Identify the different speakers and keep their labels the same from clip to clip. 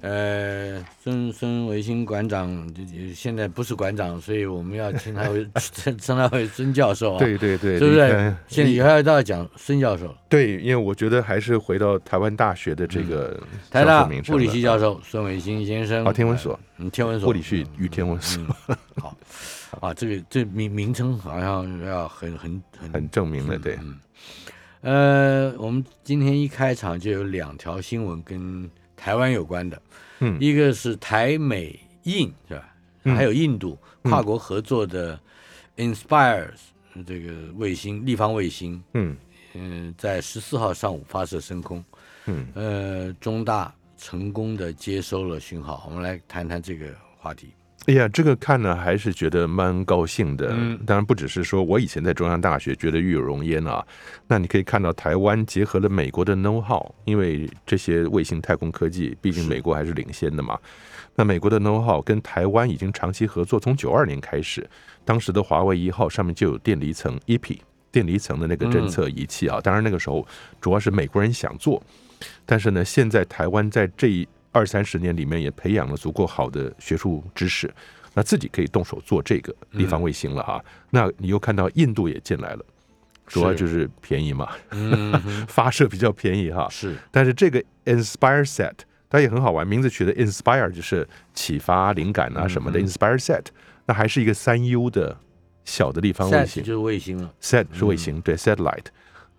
Speaker 1: 呃，孙孙维新馆长就就现在不是馆长，所以我们要称他为称称他为孙教授啊，
Speaker 2: 对对
Speaker 1: 是
Speaker 2: 对，
Speaker 1: 不
Speaker 2: 李
Speaker 1: 是
Speaker 2: 晨？
Speaker 1: 现在以后要到讲孙教授，
Speaker 2: 对，因为我觉得还是回到台湾大学的这个
Speaker 1: 嗯台
Speaker 2: 教
Speaker 1: 大
Speaker 2: 授名称
Speaker 1: 物理
Speaker 2: 了
Speaker 1: 系教授孙维新先生，
Speaker 2: 啊，天文所，
Speaker 1: 嗯，天文所
Speaker 2: 物理系与天文所
Speaker 1: 好啊，这个这名名称好像要很很很
Speaker 2: 很证明的，
Speaker 1: 嗯
Speaker 2: 对，
Speaker 1: 呃，我们今天一开场就有两条新闻跟台湾有关的，
Speaker 2: 嗯
Speaker 1: 一个是台美印是吧？
Speaker 2: 嗯
Speaker 1: 还有印度跨国合作的 Inspires 这个卫星立方卫星，
Speaker 2: 嗯
Speaker 1: 嗯、在十四号上午发射升空，
Speaker 2: 嗯
Speaker 1: 呃，中大成功的接收了讯号。我们来谈谈这个话 题。
Speaker 2: 哎呀，这个看了还是觉得蛮高兴的。
Speaker 1: 嗯
Speaker 2: 当然不只是说我以前在中央大学觉得与有荣焉啊，那你可以看到台湾结合了美国的 know how，因为这些卫星太空科技，毕竟
Speaker 1: 是
Speaker 2: 美国还是领先的嘛。那美国的 know how 跟台湾已经长期合作，从九二年开始，当时的华为一号上面就有电离层 EP 电离层的那个侦
Speaker 1: 嗯
Speaker 2: 测仪器啊。当然那个时候主要是美国人想做，但是呢，现在台湾在这一二三十年里面也培养了足够好的学术知识，那自己可以动手做这个地方卫星了啊。那你又看到印度也进来了，主要就是便宜嘛，
Speaker 1: 嗯哼，
Speaker 2: 发射比较便宜哈。
Speaker 1: 是
Speaker 2: 但是这个 Inspire Set 它也很好玩，名字取的 Inspire 就是启发灵感啊什么的。Inspire Set 那还是一个三 U 的小的立方卫
Speaker 1: SAT
Speaker 2: 星
Speaker 1: 就是卫星了，
Speaker 2: ，Set 嗯是卫星，对 Satellite。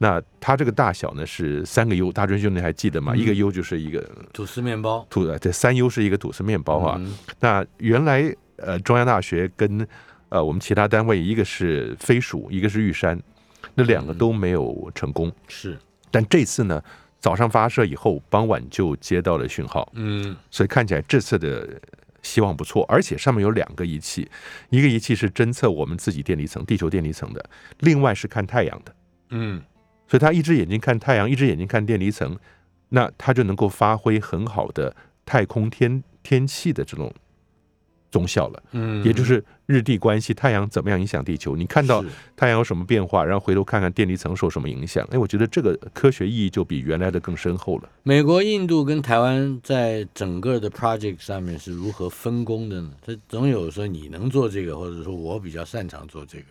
Speaker 2: 那它这个大小呢是三个 U，大专兄弟还记得吗？一个 U 就是一个
Speaker 1: 吐司面包。
Speaker 2: 吐的，呃这三 U 是一个吐司面包啊。
Speaker 1: 嗯
Speaker 2: 那原来呃中央大学跟呃我们其他单位，一个是飞鼠，一个是玉山，那两个都没有成功。
Speaker 1: 是，
Speaker 2: 但这次呢，早上发射以后，傍晚就接到了讯号，
Speaker 1: 嗯
Speaker 2: 所以看起来这次的希望不错。而且上面有两个仪器，一个仪器是侦测我们自己电离层、地球电离层的，另外是看太阳的。
Speaker 1: 嗯，
Speaker 2: 所以他一只眼睛看太阳，一只眼睛看电离层，那他就能够发挥很好的太空天天气的这种综效了。
Speaker 1: 嗯，
Speaker 2: 也就是日地关系，太阳怎么样影响地球？你看到
Speaker 1: 是
Speaker 2: 太阳有什么变化，然后回头看看电离层受什么影响？哎，我觉得这个科学意义就比原来的更深厚了。
Speaker 1: 美国、印度跟台湾在整个的 project 上面是如何分工的呢？它总有说你能做这个，或者说我比较擅长做这个。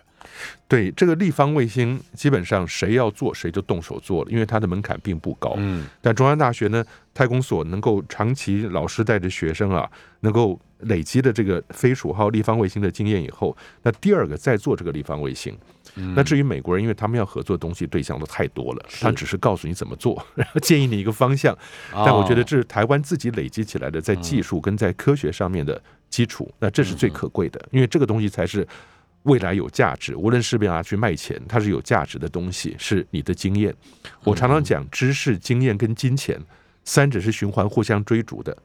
Speaker 2: 对这个立方卫星，基本上谁要做谁就动手做了，因为它的门槛并不高。
Speaker 1: 嗯
Speaker 2: 但中央大学呢，太空所能够长期老师带着学生啊，能够累积的这个飞鼠号立方卫星的经验以后，那第二个再做这个立方卫星。那至于美国人，因为他们要合作的东西对象都太多了，他只是告诉你怎么做， 然后建议你一个方向。但我觉得
Speaker 1: 哦
Speaker 2: 这是台湾自己累积起来的，在技术跟在科学上面的基础，那这是最可贵的，因为这个东西才是未来有价值。无论是不是拿去卖钱，它是有价值的东西，是你的经验。我常
Speaker 1: 嗯
Speaker 2: 常讲，知识、经验跟金钱三者是循环互相追逐的。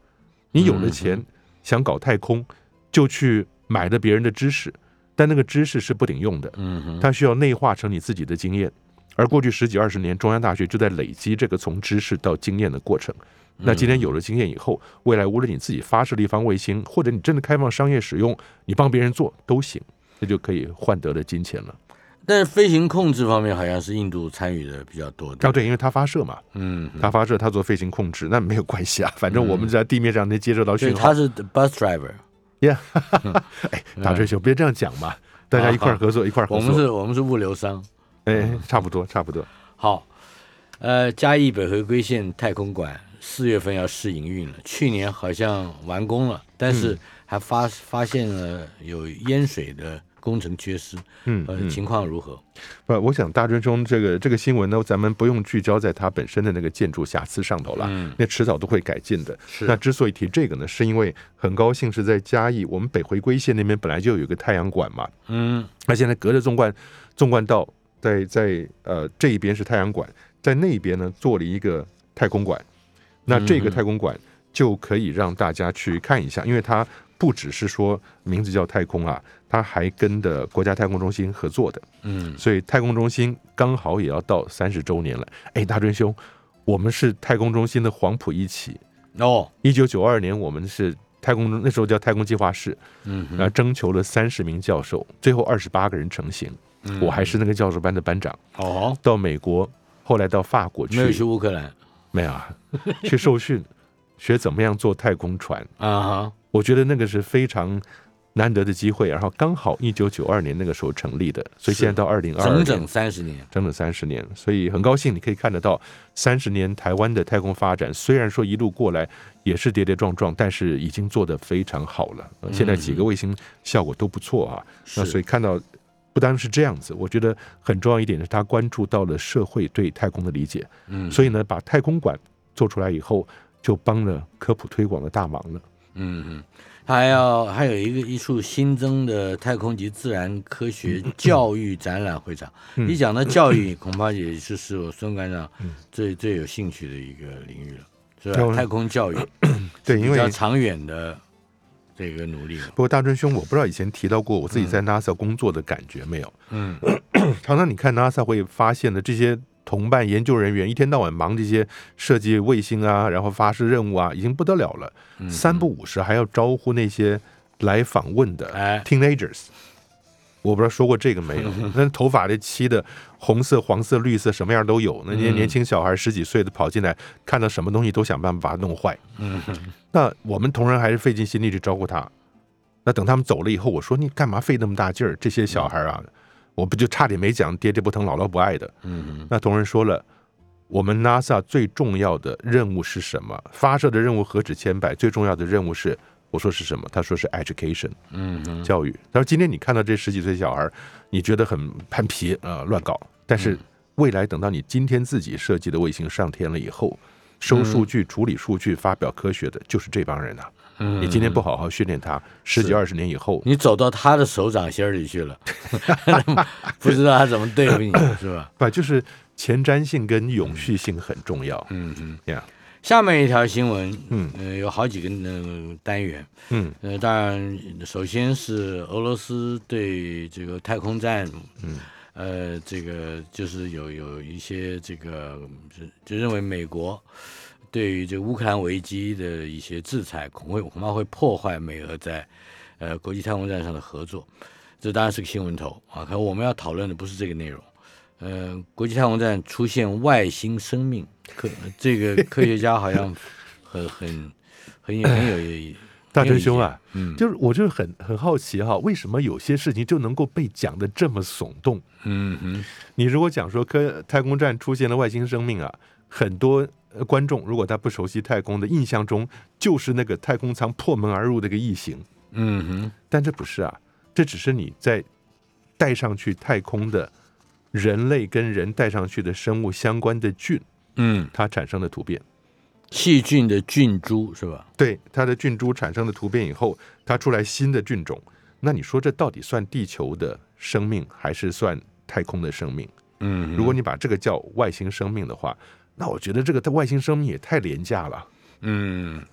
Speaker 2: 你
Speaker 1: 嗯
Speaker 2: 有了钱，想搞太空，就去买了别人的知识，但那个知识是不顶用的，
Speaker 1: 嗯哼，
Speaker 2: 它需要内化成你自己的经验。而过去十几二十年，中央大学就在累积这个从知识到经验的过程。那
Speaker 1: 嗯
Speaker 2: 今天有了经验以后，未来无论你自己发射立方卫星，或者你真的开放商业使用，你帮别人做都行，那就可以换得了金钱了。
Speaker 1: 但是飞行控制方面好像是印度参与的比较多的。
Speaker 2: 啊，对，因为它发射嘛，
Speaker 1: 嗯，
Speaker 2: 它发射，它做飞行控制，那没有关系啊。 反正我们在地面上能接收到
Speaker 1: 所以
Speaker 2: 讯号
Speaker 1: 他。是 bus driver，
Speaker 2: 大追兄，别这样讲嘛，大家一块儿合作，一块儿
Speaker 1: 嗯
Speaker 2: 合
Speaker 1: 啊我
Speaker 2: 作。
Speaker 1: 们是嗯我们是物流商。
Speaker 2: 哎，差不多，差不多。
Speaker 1: 好，呃，嘉义北回归线太空馆四月份要试营运了，去年好像完工了，但
Speaker 2: 嗯
Speaker 1: 是还发、发现了有淹水的工程缺失，
Speaker 2: 嗯
Speaker 1: 呃，情况如何？
Speaker 2: 不，我想大追兄这个这个新闻呢，咱们不用聚焦在它本身的那个建筑瑕疵上头了，那迟早都会改进的。
Speaker 1: 嗯是
Speaker 2: 那之所以提这个呢，是因为很高兴是在嘉义，我们北回归线那边本来就有一个太阳馆嘛，
Speaker 1: 嗯
Speaker 2: 那现在隔着纵贯纵贯道，在在呃这一边是太阳馆，在那一边呢做了一个太空馆。那这个太空馆就可以让大家去看一下，因为它不只是说名字叫太空啊，它还跟的国家太空中心合作的。
Speaker 1: 嗯，
Speaker 2: 所以太空中心刚好也要到三十周年了。哎，大真兄，我们是太空中心的黄埔一期，
Speaker 1: 哦，
Speaker 2: 一九九二年我们是太空中那时候叫太空计划室，
Speaker 1: 嗯
Speaker 2: 呃，征求了三十名教授，最后二十八个人成型，
Speaker 1: 嗯
Speaker 2: 我还是那个教授班的班长。
Speaker 1: 哦，
Speaker 2: 到美国，后来到法国去，
Speaker 1: 没有去乌克兰
Speaker 2: 没有啊， 去受训，学怎么样做太空船。
Speaker 1: 啊哈，
Speaker 2: 我觉得那个是非常难得的机会。然后刚好一九九二年那个时候成立的，所以
Speaker 1: 是
Speaker 2: 现在到二零二二
Speaker 1: 整
Speaker 2: 年
Speaker 1: 整三十年，
Speaker 2: 整整三十年，所以很高兴你可以看得到三十年台湾的太空发展，虽然说一路过来也是跌跌撞撞，但是已经做得非常好了。呃现在几个卫星效果都不错啊，那所以
Speaker 1: 以
Speaker 2: 看到。不单是这样子，我觉得很重要一点是，他关注到了社会对太空的理解，
Speaker 1: 嗯，
Speaker 2: 所以呢，把太空馆做出来以后，就帮了科普推广的大忙了。
Speaker 1: 嗯嗯，他还要还有一个一处新增的太空及自然科学教育展览会场。
Speaker 2: 嗯
Speaker 1: 一讲到教育，恐怕也就是我孙馆长
Speaker 2: 嗯
Speaker 1: 最最有兴趣的一个领域了，是
Speaker 2: 要
Speaker 1: 吧？
Speaker 2: 不
Speaker 1: 太空教育
Speaker 2: 对， 因
Speaker 1: 比
Speaker 2: 为
Speaker 1: 较长远的这个努力嘛。
Speaker 2: 不过大真兄，我不知道以前提到过我自己在 NASA 工作的感觉没有。
Speaker 1: 嗯，
Speaker 2: 常常你看 NASA 会发现的这些同伴研究人员一天到晚忙这些设计卫星啊，然后发射任务啊，已经不得了了。
Speaker 1: 嗯
Speaker 2: 三不五时还要招呼那些来访问的
Speaker 1: 哎
Speaker 2: teenagers。我不知道说过这个没 有？那头发的漆的，红色、黄色、绿色，什么样都有。那些
Speaker 1: 嗯
Speaker 2: 年轻小孩十几岁的跑进来，看到什么东西都想办法把它 弄坏。
Speaker 1: 嗯，
Speaker 2: 那我们同仁还是费尽心力去照顾他。那等他们走了以后，我说你干嘛费那么大劲儿？这些小孩啊，我不就差点没讲爹爹不疼姥姥不爱的。
Speaker 1: 嗯
Speaker 2: 那同仁说了，我们 NASA 最重要的任务是什么？发射的任务何止千百，最重要的任务是，我说是什么？他说是 education
Speaker 1: 嗯嗯，
Speaker 2: 教育。他说今天你看到这十几岁小孩，你觉得很叛皮啊、呃乱搞，但
Speaker 1: 嗯
Speaker 2: 是未来等到你今天自己设计的卫星上天了以后。收数据、处理数据、发表科学的，就是这帮人啊！
Speaker 1: 嗯
Speaker 2: 你今天不好好训练他，十几二十年以后，
Speaker 1: 你走到他的手掌心儿里去了， 不知道他怎么对付你，是吧？
Speaker 2: 不就是前瞻性跟永续性很重要。
Speaker 1: 嗯嗯，
Speaker 2: 呀，
Speaker 1: 下面一条新闻，
Speaker 2: 嗯
Speaker 1: 呃，有好几个呃单元，
Speaker 2: 嗯
Speaker 1: 呃，当然，首先是俄罗斯对这个太空站，
Speaker 2: 嗯，
Speaker 1: 呃，这个就是有有一些这个就就认为美国对于这个乌克兰危机的一些制裁，恐会恐怕会破坏美俄在呃国际太空站上的合作。这当然是个新闻头啊，可我们要讨论的不是这个内容。呃，国际太空站出现外星生命，科这个科学家好像很很很有很有
Speaker 2: 大真兄啊，
Speaker 1: 嗯
Speaker 2: 就是我就是很很好奇哈、为什么有些事情就能够被讲的这么耸动？
Speaker 1: 嗯嗯
Speaker 2: 你如果讲说科太空站出现了外星生命啊，很多呃观众如果他不熟悉太空的印象中，就是那个太空舱破门而入的一个异形，
Speaker 1: 嗯哼
Speaker 2: 但这不是啊，这只是你在带上去太空的人类跟人带上去的生物相关的菌，
Speaker 1: 嗯，
Speaker 2: 它产生的突变。
Speaker 1: 细菌的菌株是吧？
Speaker 2: 对它的菌株产生了突变以后，它出来新的菌种，那你说这到底算地球的生命，还是算太空的生命？
Speaker 1: 嗯
Speaker 2: 如果你把这个叫外星生命的话，那我觉得这个外星生命也太廉价了。
Speaker 1: 嗯。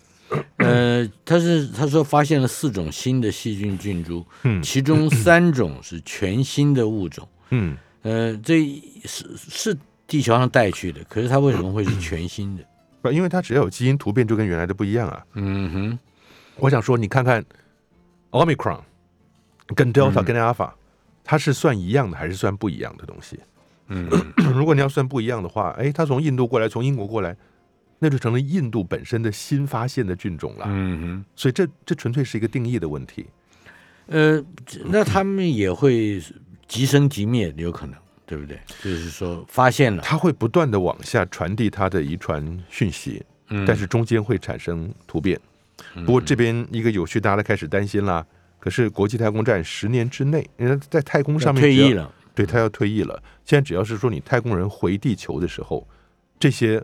Speaker 1: 呃，他是他说发现了四种新的细菌菌株，
Speaker 2: 嗯
Speaker 1: 其中三种是全新的物种。
Speaker 2: 嗯，
Speaker 1: 呃，这是是地球上带去的，可是它为什么会是全新的？
Speaker 2: 不，嗯因为它只要有基因突变，就跟原来的不一样啊。
Speaker 1: 嗯哼，
Speaker 2: 我想说，你看看 Omicron 跟 Delta
Speaker 1: 嗯
Speaker 2: 跟 Alpha，、它是算一样的还是算不一样的东西？
Speaker 1: 嗯
Speaker 2: 如果你要算不一样的话，哎，它从印度过来，从英国过来，那就成了印度本身的新发现的菌种了。
Speaker 1: 嗯哼。
Speaker 2: 所以这这纯粹是一个定义的问题。
Speaker 1: 呃，这那他们也会即生即灭，有可能，对不对？就是说发现了，
Speaker 2: 它会不断的往下传递它的遗传讯息，
Speaker 1: 嗯
Speaker 2: 但是中间会产生突变。不过这边一个有趣，大家开始担心啦。可是国际太空站十年之内，人家在太空上面
Speaker 1: 退
Speaker 2: 只要
Speaker 1: 役，了，
Speaker 2: 对他要退役了。现在只要是说你太空人回地球的时候，这些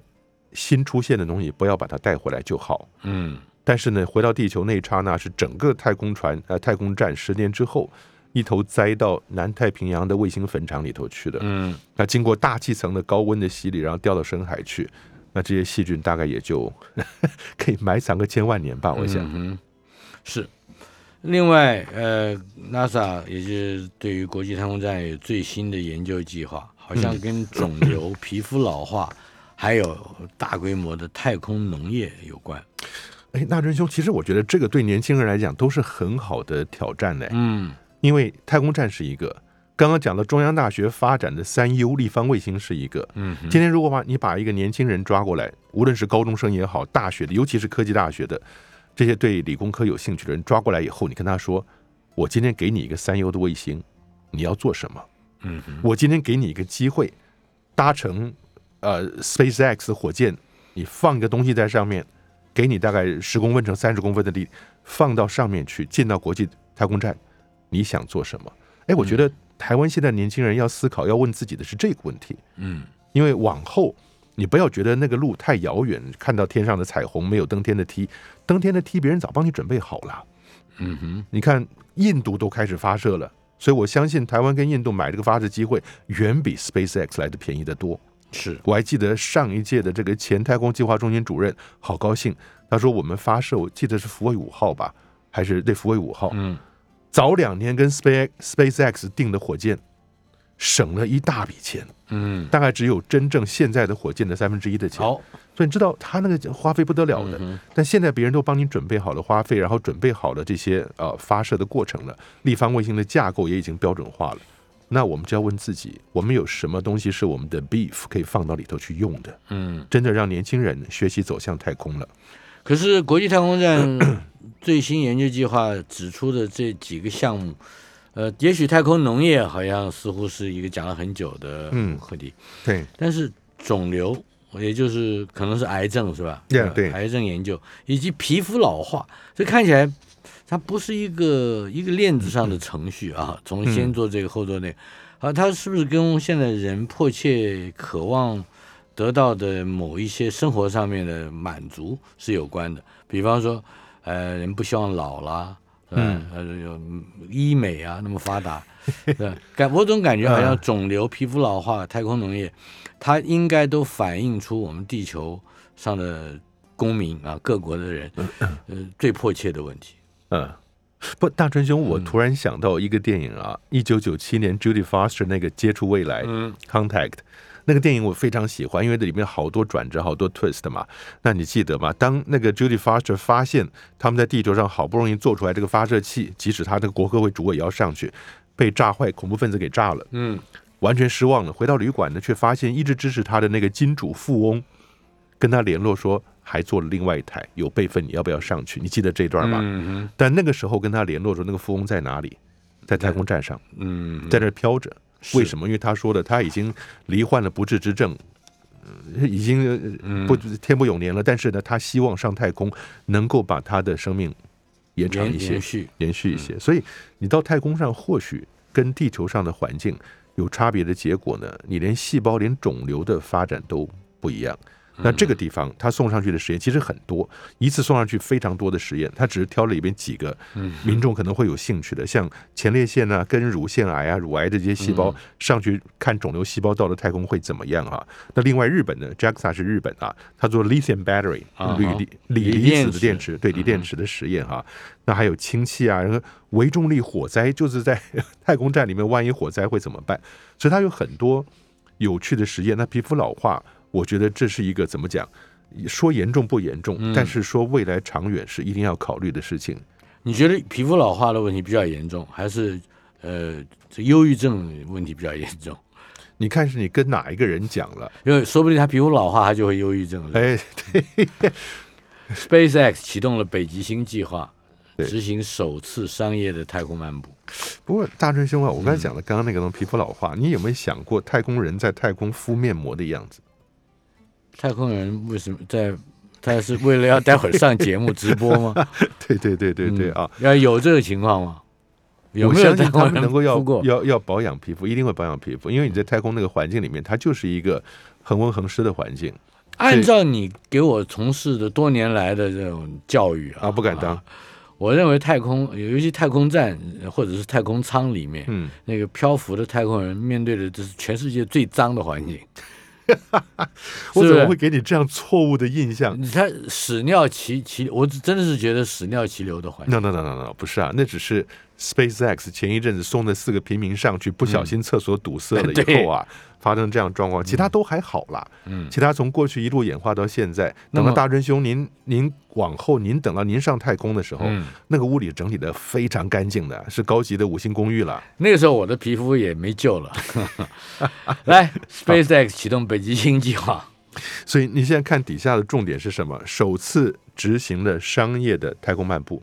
Speaker 2: 新出现的东西不要把它带回来就好。
Speaker 1: 嗯
Speaker 2: 但是呢，回到地球那一刹那，是整个太空船呃太空站十年之后，一头栽到南太平洋的卫星坟场里头去的。
Speaker 1: 嗯
Speaker 2: 那经过大气层的高温的洗礼，然后掉到深海去，那这些细菌大概也就可以埋藏个千万年吧，我想。
Speaker 1: 嗯嗯哼，是。另外，呃，NASA 也就是对于国际太空站有最新的研究计划，好像跟肿 瘤、皮肤老化，还有大规模的太空农业有关。
Speaker 2: 哎，纳真兄，其实我觉得这个对年轻人来讲都是很好的挑战嘞，
Speaker 1: 嗯
Speaker 2: 因为太空站是一个，刚刚讲到中央大学发展的三 U 立方卫星是一个。
Speaker 1: 嗯哼
Speaker 2: 今天如果把你把一个年轻人抓过来，无论是高中生也好，大学的，尤其是科技大学的这些对理工科有兴趣的人抓过来以后，你跟他说，我今天给你一个三 U 的卫星，你要做什么？
Speaker 1: 嗯哼
Speaker 2: 我今天给你一个机会，搭乘呃 SpaceX 火箭，你放一个东西在上面，给你大概十公分乘三十公分的力，放到上面去，进到国际太空站，你想做什么？哎，我
Speaker 1: 嗯
Speaker 2: 觉得台湾现在年轻人要思考、要问自己的是这个问题，
Speaker 1: 嗯
Speaker 2: 因为往后。你不要觉得那个路太遥远，看到天上的彩虹没有登天的梯，登天的梯别人早帮你准备好了。
Speaker 1: 嗯哼。
Speaker 2: 你看，印度都开始发射了，所以我相信台湾跟印度买这个发射机会远比 SpaceX 来的便宜得多。
Speaker 1: 是，
Speaker 2: 我还记得上一届的这个前太空计划中心主任好高兴，他说我们发射，我记得是福卫五号吧，还是对福卫五号，
Speaker 1: 嗯，
Speaker 2: 早两天跟 Space SpaceX 订的火箭，省了一大笔钱，
Speaker 1: 嗯，
Speaker 2: 大概只有真正现在的火箭的三分之一的钱。
Speaker 1: 好，
Speaker 2: 所以你知道他那个花费不得了
Speaker 1: 嗯
Speaker 2: 的，但现在别人都帮你准备好了花费，然后准备好了这些呃发射的过程了，立方卫星的架构也已经标准化了。那我们就要问自己，我们有什么东西是我们的 beef 可以放到里头去用的？
Speaker 1: 嗯，
Speaker 2: 真的让年轻人学习走向太空了。
Speaker 1: 可是国际太空站 最新研究计划指出的这几个项目，呃，也许太空农业好像似乎是一个讲了很久的
Speaker 2: 嗯
Speaker 1: 课题，
Speaker 2: 对，
Speaker 1: 但是肿瘤，也就是可能是癌症是吧？
Speaker 2: Yeah，
Speaker 1: 呃
Speaker 2: 对
Speaker 1: 癌症研究以及皮肤老化，这看起来它不是一个一个链子
Speaker 2: 嗯
Speaker 1: 上的程序啊，从先做这个后做那个，啊，它是不是跟现在人迫切渴望得到的某一些生活上面的满足是有关的？比方说，呃，人不希望老啦。嗯，呃，有医美啊，那么发达，对吧，感我总感觉好像肿瘤、皮肤老化、太空农业，它应该都反映出我们地球上的公民啊，各国的人，呃，最迫切的问题。
Speaker 2: 嗯，不，大春兄，我突然想到一个电影啊，一九九七年 Judy Foster 那个《接触未来》
Speaker 1: 嗯
Speaker 2: Contact 那个电影我非常喜欢，因为这里面好多转折，好多 twist 嘛。那你记得吗？当那个 Judy Foster 发现他们在地球上好不容易做出来这个发射器，即使他那个国科会主委要上去，被炸坏，恐怖分子给炸了，
Speaker 1: 嗯
Speaker 2: 完全失望了。回到旅馆呢，却发现一直支持他的那个金主富翁跟他联络说，还做了另外一台，有备份，你要不要上去？你记得这段吗？
Speaker 1: 嗯
Speaker 2: 但那个时候跟他联络说，那个富翁在哪里？在太空站上，
Speaker 1: 哼嗯，
Speaker 2: 在这儿飘着。为
Speaker 1: 么？
Speaker 2: 什么？因为他说的他已经罹患了不治之症，呃已经
Speaker 1: 嗯
Speaker 2: 呃不天不永年了。但是呢，他希望上太空能够把他的生命延长一
Speaker 1: 延
Speaker 2: 些
Speaker 1: 延，续，
Speaker 2: 延续一
Speaker 1: 嗯
Speaker 2: 些。所以你到太空上，或许跟地球上的环境有差别的结果呢，你连细胞、连肿瘤的发展都不一样。
Speaker 1: 嗯
Speaker 2: 那这个地方他送上去的实验其实很多，一次送上去非常多的实验，他只是挑了里边几个
Speaker 1: 嗯
Speaker 2: 民众可能会有兴趣的，像前列腺啊、跟乳腺癌啊、乳癌这些细胞
Speaker 1: 嗯
Speaker 2: 上去看肿瘤细胞到了太空会怎么样啊？那另外日本呢，JAXA 是日本啊，他做 lithium battery
Speaker 1: 啊哈
Speaker 2: 铝离
Speaker 1: 锂
Speaker 2: 锂离
Speaker 1: 电
Speaker 2: 子
Speaker 1: 池
Speaker 2: 的电池，对锂电池的实验哈、那还有氢气啊，然后微重力火灾，就是在 太空站里面，万一火灾会怎么办？所以它有很多有趣的实验。那皮肤老化，我觉得这是一个怎么讲？说严重不严重，但是说未来长远是一定要考虑的事情。
Speaker 1: 你觉得皮肤老化的问题比较严重，还是呃，这忧郁症问题比较严重？
Speaker 2: 你看是你跟哪一个人讲了？
Speaker 1: 因为说不定他皮肤老化，他就会忧郁症。了。
Speaker 2: 哎，
Speaker 1: SpaceX 启动了北极星计划，
Speaker 2: 对
Speaker 1: 执行首次商业的太空漫步。
Speaker 2: 不过大春兄啊，我刚才讲的刚刚那个东西皮肤老化，你有没有想过太空人在太空敷面膜的样子？
Speaker 1: 太空人为什么在？他是为了要待会儿上节目直播吗？嗯
Speaker 2: 对对 对对对啊！
Speaker 1: 要有这个情况吗？有
Speaker 2: 我
Speaker 1: 没有
Speaker 2: 相
Speaker 1: 太
Speaker 2: 信
Speaker 1: 空
Speaker 2: 他
Speaker 1: 人
Speaker 2: 们能够要
Speaker 1: 敷过？
Speaker 2: 要要保养皮肤，一定会保养皮肤，因为你在太空那个环境里面，它就是一个恒温恒湿的环境
Speaker 1: 按照你给我从事的多年来的这种教育啊，
Speaker 2: 啊，不敢当。
Speaker 1: 我认为太空，尤其太空站呃或者是太空舱里面，
Speaker 2: 嗯，
Speaker 1: 那个漂浮的太空人面对的，这是全世界最脏的环境，
Speaker 2: 我
Speaker 1: 是不
Speaker 2: 怎
Speaker 1: 是
Speaker 2: 么会给你这样错误的印象
Speaker 1: 它屎尿齐齐，我真的是觉得屎尿齐流的环境。
Speaker 2: ？No No No No No，不是啊，那只是 SpaceX 前一阵子送了四个平民上去，不
Speaker 1: 嗯
Speaker 2: 小心厕所 堵塞了以后啊，发生这样状况，其他都还好啦。
Speaker 1: 嗯，
Speaker 2: 其他从过去一路演化到现在，
Speaker 1: 那
Speaker 2: 等
Speaker 1: 么
Speaker 2: 到大真兄您您往后您等到您上太空的时候，
Speaker 1: 嗯
Speaker 2: 那个屋里整理的非常干净的，是高级的五星公寓了。
Speaker 1: 那个时候我的皮肤也没救 了。来，SpaceX 启动北极星计划，
Speaker 2: 所以你现在看底下的重点是什么？首次执行了商业的太空漫步，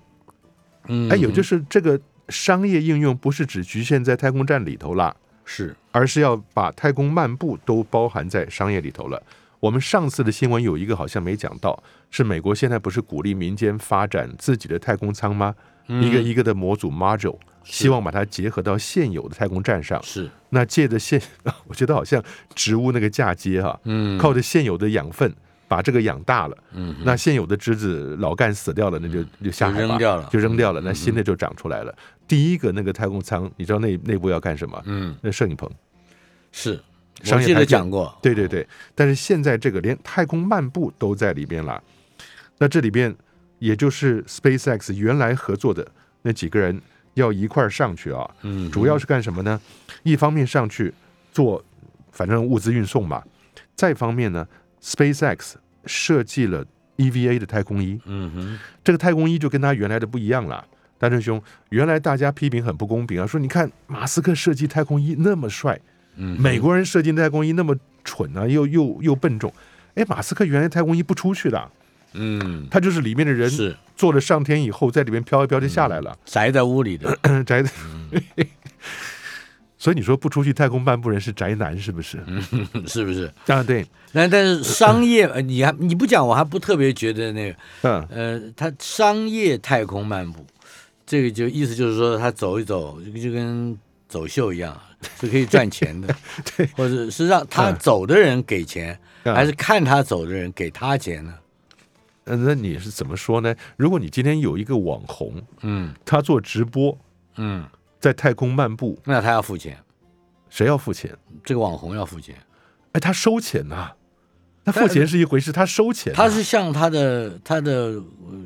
Speaker 1: 嗯，
Speaker 2: 哎，有就是这个商业应用不是只局限在太空站里头啦，
Speaker 1: 是
Speaker 2: 而是要把太空漫步都包含在商业里头了。我们上次的新闻有一个好像没讲到，是美国现在不是鼓励民间发展自己的太空舱吗？一个一个的模组 module，希望把它结合到现有的太空站上。
Speaker 1: 是，
Speaker 2: 那借着现， 我觉得好像植物那个嫁接哈、
Speaker 1: 嗯，
Speaker 2: 靠着现有的养分把这个养大了，
Speaker 1: 嗯，
Speaker 2: 那现有的枝子老干死掉了，那就就下海
Speaker 1: 就扔
Speaker 2: 吧
Speaker 1: 掉了嗯
Speaker 2: 就扔掉了，那新的就长出来了。第一个那个太空舱，你知道内内部要干什么？
Speaker 1: 嗯，
Speaker 2: 那摄影棚。
Speaker 1: 是，我
Speaker 2: 商业
Speaker 1: 记得
Speaker 2: 台阶
Speaker 1: 讲过，
Speaker 2: 对对对，但是现在这个连太空漫步都在里边了。那这里边也就是 SpaceX 原来合作的那几个人要一块儿上去啊，
Speaker 1: 嗯，
Speaker 2: 主要是干什么呢？一方面上去做，反正物资运送嘛；再一方面呢，SpaceX 设计了 EVA 的太空衣，
Speaker 1: 嗯哼，
Speaker 2: 这个太空衣就跟他原来的不一样了。大正兄，原来大家批评很不公平啊，说你看马斯克设计太空衣那么帅，
Speaker 1: 嗯，
Speaker 2: 美国人设计太空衣那么蠢啊，又又又笨重。哎，马斯克原来太空衣不出去的，
Speaker 1: 嗯，
Speaker 2: 他就是里面的人
Speaker 1: 是
Speaker 2: 坐了上天以后，在里面飘一飘就下来了，
Speaker 1: 宅在屋里的，
Speaker 2: 宅的。
Speaker 1: 嗯
Speaker 2: 所以你说不出去太空漫步人是宅男是不是？
Speaker 1: 嗯是不是？
Speaker 2: 啊，对，
Speaker 1: 那但是商业，呃你还你不讲，我还不特别觉得那个，
Speaker 2: 嗯，
Speaker 1: 呃，它商业太空漫步，这个就意思就是说，他走一走，就跟走秀一样，是可以赚钱 的，对，或者是让他
Speaker 2: 嗯
Speaker 1: 走的人给钱，
Speaker 2: 嗯
Speaker 1: 还是看他走的人给他钱呢？
Speaker 2: 呃那你是怎么说呢？如果你今天有一个网红，
Speaker 1: 嗯
Speaker 2: 他做直播
Speaker 1: 嗯，
Speaker 2: 在太空漫步，
Speaker 1: 那他要付钱，
Speaker 2: 谁要付钱？
Speaker 1: 这个网红要付钱，
Speaker 2: 哎，他收钱呐、他付钱是一回事，他收钱啊、
Speaker 1: 他是向他的他的、呃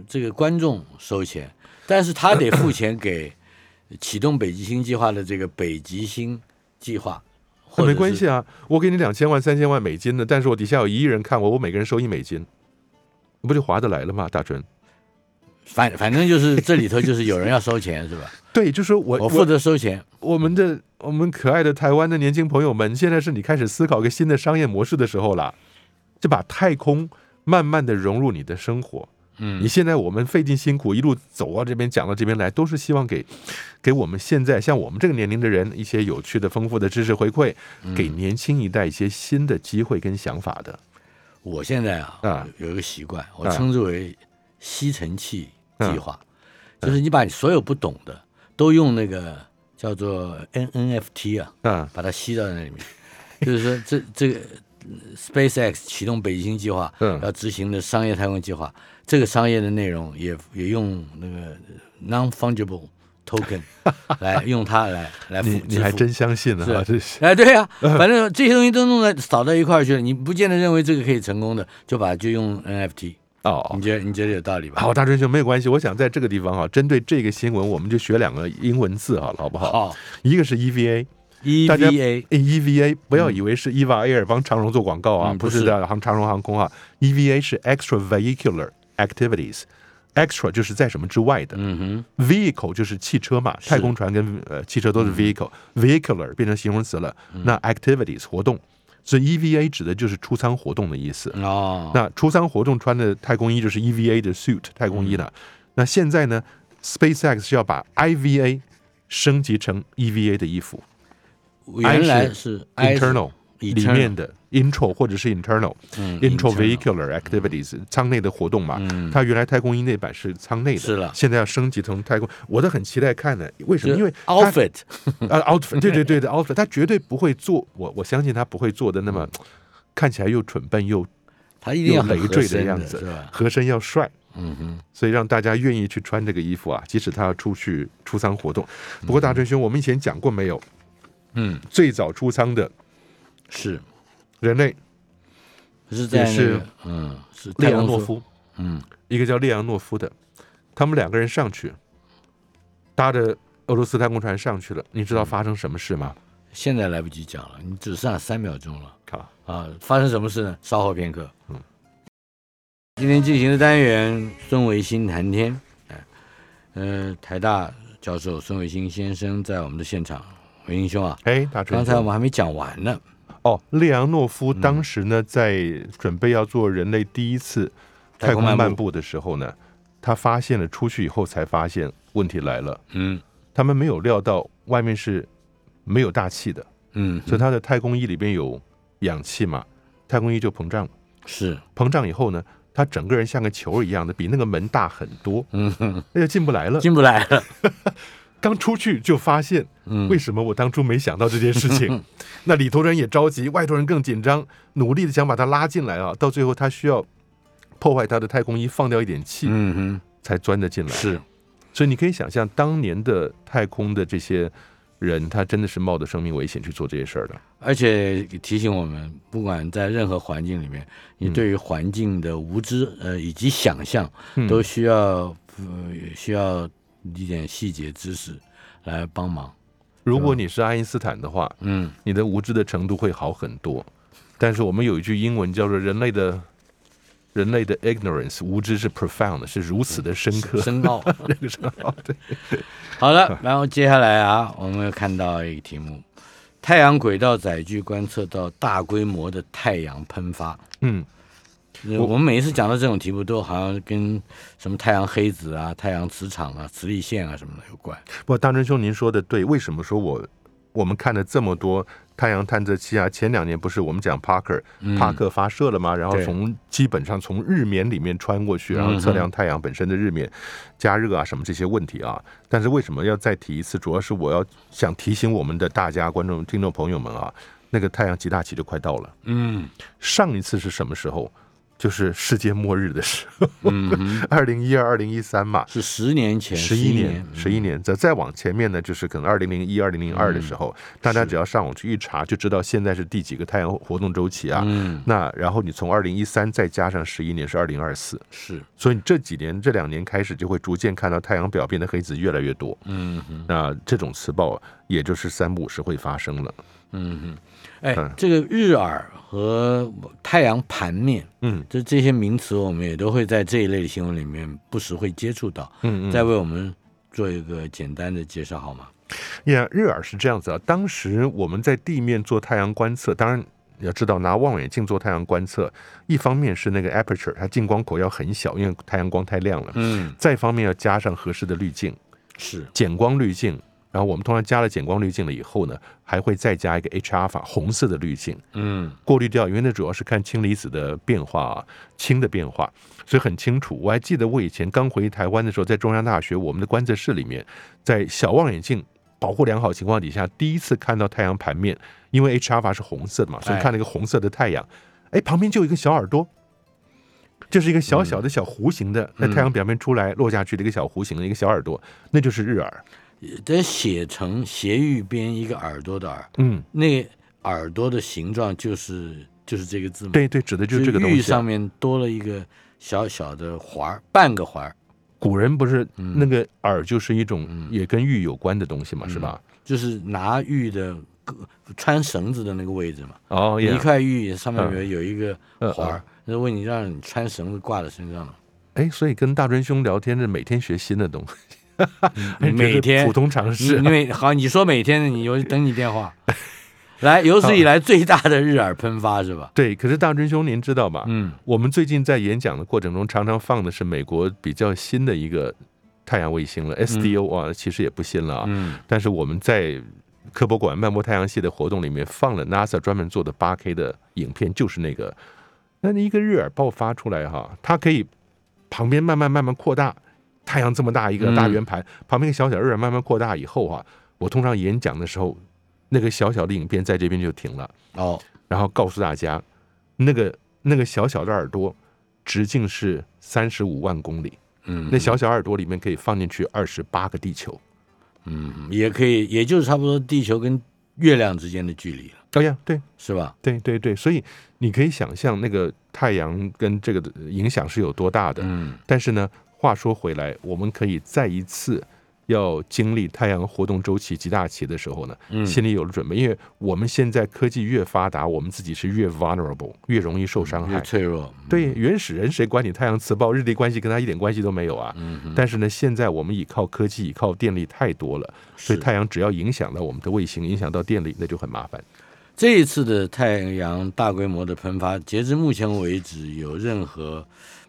Speaker 1: 这个观众收钱，但是他得付钱给启动北极星计划的这个北极星计划，或者
Speaker 2: 没
Speaker 1: 是
Speaker 2: 关 系啊，我给你两千万、三千万美金的，但是我底下有一亿人看我，我每个人收一美金，不就划得来了吗？大春，
Speaker 1: 反反正就是这里头就是有人要收钱是吧？
Speaker 2: 对，就是我
Speaker 1: 我负责收钱，
Speaker 2: 我我们的我们可爱的台湾的年轻朋友们，现在是你开始思考一个新的商业模式的时候啦，就把太空慢慢的融入你的生活。
Speaker 1: 嗯
Speaker 2: 你现在我们费尽辛苦一路走到这边讲到这边来，都是希望给给我们现在像我们这个年龄的人一些有趣的、丰富的知识回馈，
Speaker 1: 嗯
Speaker 2: 给年轻一代一些新的机会跟想法的。
Speaker 1: 我现在啊、
Speaker 2: 啊
Speaker 1: 有有一个习惯，我
Speaker 2: 啊
Speaker 1: 称之为吸尘器计划，就是你把你所有不懂的都用那个叫做 N N F T 啊，
Speaker 2: 嗯
Speaker 1: 把它吸到那里 面。就是说这，这个呃 SpaceX 启动北极星计划，
Speaker 2: 嗯
Speaker 1: 要执行的商业太空计划，这个商业的内容也也用那个 non fungible token 来用它来来付
Speaker 2: 你你还
Speaker 1: 支付
Speaker 2: 真相信
Speaker 1: 是
Speaker 2: 啊？这 是
Speaker 1: 哎，对呀、 反正这些东西都弄在扫到一块儿去了，你不见得认为这个可以成功的，就把就用 NFT，
Speaker 2: 哦
Speaker 1: 你。觉得你觉得有道理吧？
Speaker 2: 好，大春兄没有关系。我想在这个地方啊，针对这个新闻，我们就学两个英文字啊好了，好不好？
Speaker 1: 好
Speaker 2: 一个是 E EVA，大
Speaker 1: E
Speaker 2: 家
Speaker 1: ，EVA
Speaker 2: 哎 EVA 不要以为是 EVA Air 帮长荣做广告啊，
Speaker 1: 嗯
Speaker 2: 不
Speaker 1: 不
Speaker 2: 是
Speaker 1: 是
Speaker 2: 的，航长荣航空啊，EVA 是 extravehicular activities。Extra 就是在什么之外的，嗯哼，vehicle 就是汽车嘛，太空船跟呃汽车都是 vehicle，vehicular、变成形容词了。那 activities 活动，所以 EVA 指的就是出舱活动的意思。
Speaker 1: 哦，
Speaker 2: 那出舱活动穿的太空衣就是 EVA 的 suit 太空衣了。那现在呢，SpaceX 是要把 IVA 升级成 EVA 的衣服
Speaker 1: 原来是 I 是
Speaker 2: internal 里面的 intro 或者是 internal
Speaker 1: 嗯 internal
Speaker 2: intro
Speaker 1: 嗯
Speaker 2: vehicular activities 舱内的活动嘛。它原来太空衣那版是舱内的，
Speaker 1: 是了
Speaker 2: 现在要升级成太空，我都很期待看呢。为什
Speaker 1: 就
Speaker 2: 么？因为它
Speaker 1: outfit
Speaker 2: 啊 outfit 对对对的 outfit，他绝对不会做，我我相信他不会做的那么
Speaker 1: 嗯
Speaker 2: 看起来又蠢笨又
Speaker 1: 它一定
Speaker 2: 又
Speaker 1: 要很
Speaker 2: 累
Speaker 1: 合
Speaker 2: 赘
Speaker 1: 身的
Speaker 2: 样子
Speaker 1: 是吧，？
Speaker 2: 合身要帅。
Speaker 1: 嗯哼，
Speaker 2: 所以让大家愿意去穿这个衣服啊，即使他要出去出舱活动。不过大春兄，我们以前讲过没有？
Speaker 1: 嗯，
Speaker 2: 最早出舱的
Speaker 1: 是
Speaker 2: 人类
Speaker 1: 是在那个
Speaker 2: 是
Speaker 1: 嗯是
Speaker 2: 列
Speaker 1: 太
Speaker 2: 昂
Speaker 1: 空
Speaker 2: 诺
Speaker 1: 梭，
Speaker 2: 夫，
Speaker 1: 嗯
Speaker 2: 一个叫列昂诺夫的，他们两个人上去，搭着俄罗斯太空船上去了。你知
Speaker 1: 嗯
Speaker 2: 道发生什么事吗？
Speaker 1: 现在来不及讲了，你只剩下三秒钟了。
Speaker 2: 好，
Speaker 1: 啊，发生什么事呢？稍后片刻。嗯，今天进行的单元孙维新谈天，哎，呃，台大教授孙维新先生在我们的现场，维新兄啊，
Speaker 2: 哎，大春
Speaker 1: 刚才嗯我们还没讲完呢。
Speaker 2: 哦，列昂诺夫当时呢，在准备要做人类第一次
Speaker 1: 太
Speaker 2: 太空
Speaker 1: 空漫
Speaker 2: 漫
Speaker 1: 步
Speaker 2: 步的时候呢，他发现了出去以后才发现问题来了，
Speaker 1: 嗯
Speaker 2: 他们没有料到外面是没有大气的，
Speaker 1: 嗯，
Speaker 2: 所以他的太空衣里边有氧气嘛，太空衣就膨胀了，
Speaker 1: 是，
Speaker 2: 膨胀以后呢，他整个人像个球一样的，比那个门大很多，
Speaker 1: 嗯， 哼
Speaker 2: 那就进不来了。
Speaker 1: 进不来了。
Speaker 2: 刚出去就发现，
Speaker 1: 嗯
Speaker 2: 为什么我当初没想到这件事 情？那里头人也着急，外头人更紧张，努力的想把他拉进来啊。到最后，他需要破坏他的太空衣，放掉一点气，
Speaker 1: 嗯
Speaker 2: 才钻得进
Speaker 1: 哼，
Speaker 2: 来。，
Speaker 1: 是，
Speaker 2: 所以你可以想象，当年的太空的这些人，他真的是冒着生命危险去做这些事儿的。
Speaker 1: 而且提醒我们，不管在任何环境里面，你对于环境的无知，呃，以及想象，
Speaker 2: 嗯
Speaker 1: 都需要呃需要一点细节知识来帮忙。
Speaker 2: 如果你是爱因斯坦的话，
Speaker 1: 嗯，
Speaker 2: 你的无知的程度会好很多。但是我们有一句英文叫做“人类的人类的 ignorance 无知是 profound 是如此的深刻”，
Speaker 1: 深奥。
Speaker 2: 那个是好对。
Speaker 1: 好了，然后接下来啊，我们又看到一个题目：太阳轨道载具观测到大规模的太阳喷发。
Speaker 2: 嗯，
Speaker 1: 呃我们每一次讲到这种题目，都好像跟什么太阳黑子啊、太阳磁场啊、磁力线啊什么的有关。
Speaker 2: 不，大真兄，您说的对。为什么说我我们看了这么多太阳探测器啊？前两年不是我们讲帕克、
Speaker 1: 嗯
Speaker 2: 帕克发射了吗？然后
Speaker 1: 对
Speaker 2: 从基本上从日冕里面穿过去，然后测量太阳本身的日冕加热啊什么这些问题啊。但是为什么要再提一次？主要是我要想提醒我们的大家、观众、听众朋友们啊，那个太阳极大期就快到了。
Speaker 1: 嗯
Speaker 2: 上一次是什么时候？就是世界末日的时候，
Speaker 1: 嗯哼，
Speaker 2: 二零一二、二零一三嘛。
Speaker 1: 是十年前，
Speaker 2: 十一
Speaker 1: 一
Speaker 2: 年，十一年，再再往前面呢，就是可能二零零一、二零零二的时候，大家只要上网去一查，就知道现在是第几个太阳活动周期啊。
Speaker 1: 嗯，
Speaker 2: 那然后你从二零一三再加上十一年是二零二四，
Speaker 1: 是，
Speaker 2: 所以你这几年这两年开始就会逐渐看到太阳表变的黑子越来越多。
Speaker 1: 嗯哼，
Speaker 2: 那这种磁暴也就是三不五时会发生了。
Speaker 1: 嗯哼。哎
Speaker 2: 嗯，
Speaker 1: 这个日珥和太阳盘面，
Speaker 2: 嗯
Speaker 1: 这这些名词，我们也都会在这一类的新闻里面不时会接触到。
Speaker 2: 嗯
Speaker 1: 再为我们做一个简单的介绍好吗？
Speaker 2: 呀，日珥是这样子啊。当时我们在地面做太阳观测，当然你要知道，拿望远镜做太阳观测，一方面是那个 aperture，它进光口要很小，因为太阳光太亮了；
Speaker 1: 嗯，
Speaker 2: 再一方面要加上合适的滤镜，
Speaker 1: 是，
Speaker 2: 减光滤镜。然后我们通常加了减光滤镜了以后呢，还会再加一个 H 阿法红色的滤镜，
Speaker 1: 嗯
Speaker 2: 过滤掉，因为那主要是看氢离子的变化啊，氢的变化，所以很清楚。我还记得我以前刚回台湾的时候，在中央大学我们的观测室里面，在小望远镜保护良好情况底下，第一次看到太阳盘面，因为 H 阿法是红色的嘛，所以
Speaker 1: 哎
Speaker 2: 看了一个红色的太阳，哎，旁边就有一个小耳朵。就是一个小小的小弧形的，在太阳表面出来落下去的一个小弧形的一个小耳朵，那就是日珥。
Speaker 1: 得写成斜玉边一个耳朵的耳，
Speaker 2: 嗯，
Speaker 1: 那个耳朵的形状就是就是这个字母，，
Speaker 2: 对对，指的就是这个东西、
Speaker 1: 玉
Speaker 2: 啊。
Speaker 1: 上面多了一个小小的环儿，半个环儿，
Speaker 2: 古人不是那个耳就是一种也跟玉有关的东西嘛，是吧？
Speaker 1: 就是拿玉的各穿绳子的那个位置嘛，
Speaker 2: 哦，
Speaker 1: 一
Speaker 2: 也
Speaker 1: 块玉上面
Speaker 2: 嗯
Speaker 1: 有有一个
Speaker 2: 嗯
Speaker 1: 环儿，那为你让你穿绳子挂在身上了。
Speaker 2: 哎，所以跟大专兄聊天是每天学新的东西， 哎
Speaker 1: 每
Speaker 2: 这是
Speaker 1: 天
Speaker 2: 普通常识
Speaker 1: 你你
Speaker 2: 啊。
Speaker 1: 每好，你说每天你有等你电 话，来有
Speaker 2: 嗯
Speaker 1: 史以来最大的日耳喷发是吧？
Speaker 2: 对，可是大专兄您知道吧？
Speaker 1: 嗯，
Speaker 2: 我们最近在演讲的过程中，常常放的是美国比较新的一个太阳卫星了，SDO 啊，其实也不新了啊。
Speaker 1: 嗯
Speaker 2: 但是我们在科博馆漫步太阳系的活动里面放了 NASA 专门做的八 K 的影片，就是那个，那一个日珥爆发出来哈，它可以旁边慢慢慢慢扩大，太阳这么大一个
Speaker 1: 嗯
Speaker 2: 大圆盘，旁边一个小小日珥慢慢扩大以后啊，我通常演讲的时候，那个小小的影片在这边就停了，
Speaker 1: 哦，
Speaker 2: 然后告诉大家，那个那个小小的耳朵直径是三十五万公里，
Speaker 1: 嗯，
Speaker 2: 那小小耳朵里面可以放进去二十八个地球。
Speaker 1: 嗯也可以，也就是差不多地球跟月亮之间的距离了，
Speaker 2: 哎呀，对
Speaker 1: 是吧？
Speaker 2: 对对对，所以你可以想象那个太阳跟这个的影响是有多大的。
Speaker 1: 嗯，
Speaker 2: 但是呢，话说回来，我们可以再一次要经历太阳活动周期极大期的时候呢，
Speaker 1: 嗯
Speaker 2: 心里有了准备，因为我们现在科技越发达，我们自己是越 vulnerable，越容易受伤
Speaker 1: 嗯
Speaker 2: 害
Speaker 1: 越。脆弱，
Speaker 2: 对，原始人谁管你太阳磁暴、日力关系跟他一点关系都没有啊。
Speaker 1: 嗯哼，
Speaker 2: 但是呢，现在我们依靠科技、依靠电力太多了，所以
Speaker 1: 是
Speaker 2: 太阳只要影响到我们的卫星，影响到电力，那就很麻烦。
Speaker 1: 这一次的太阳大规模的喷发，截至目前为止，有任何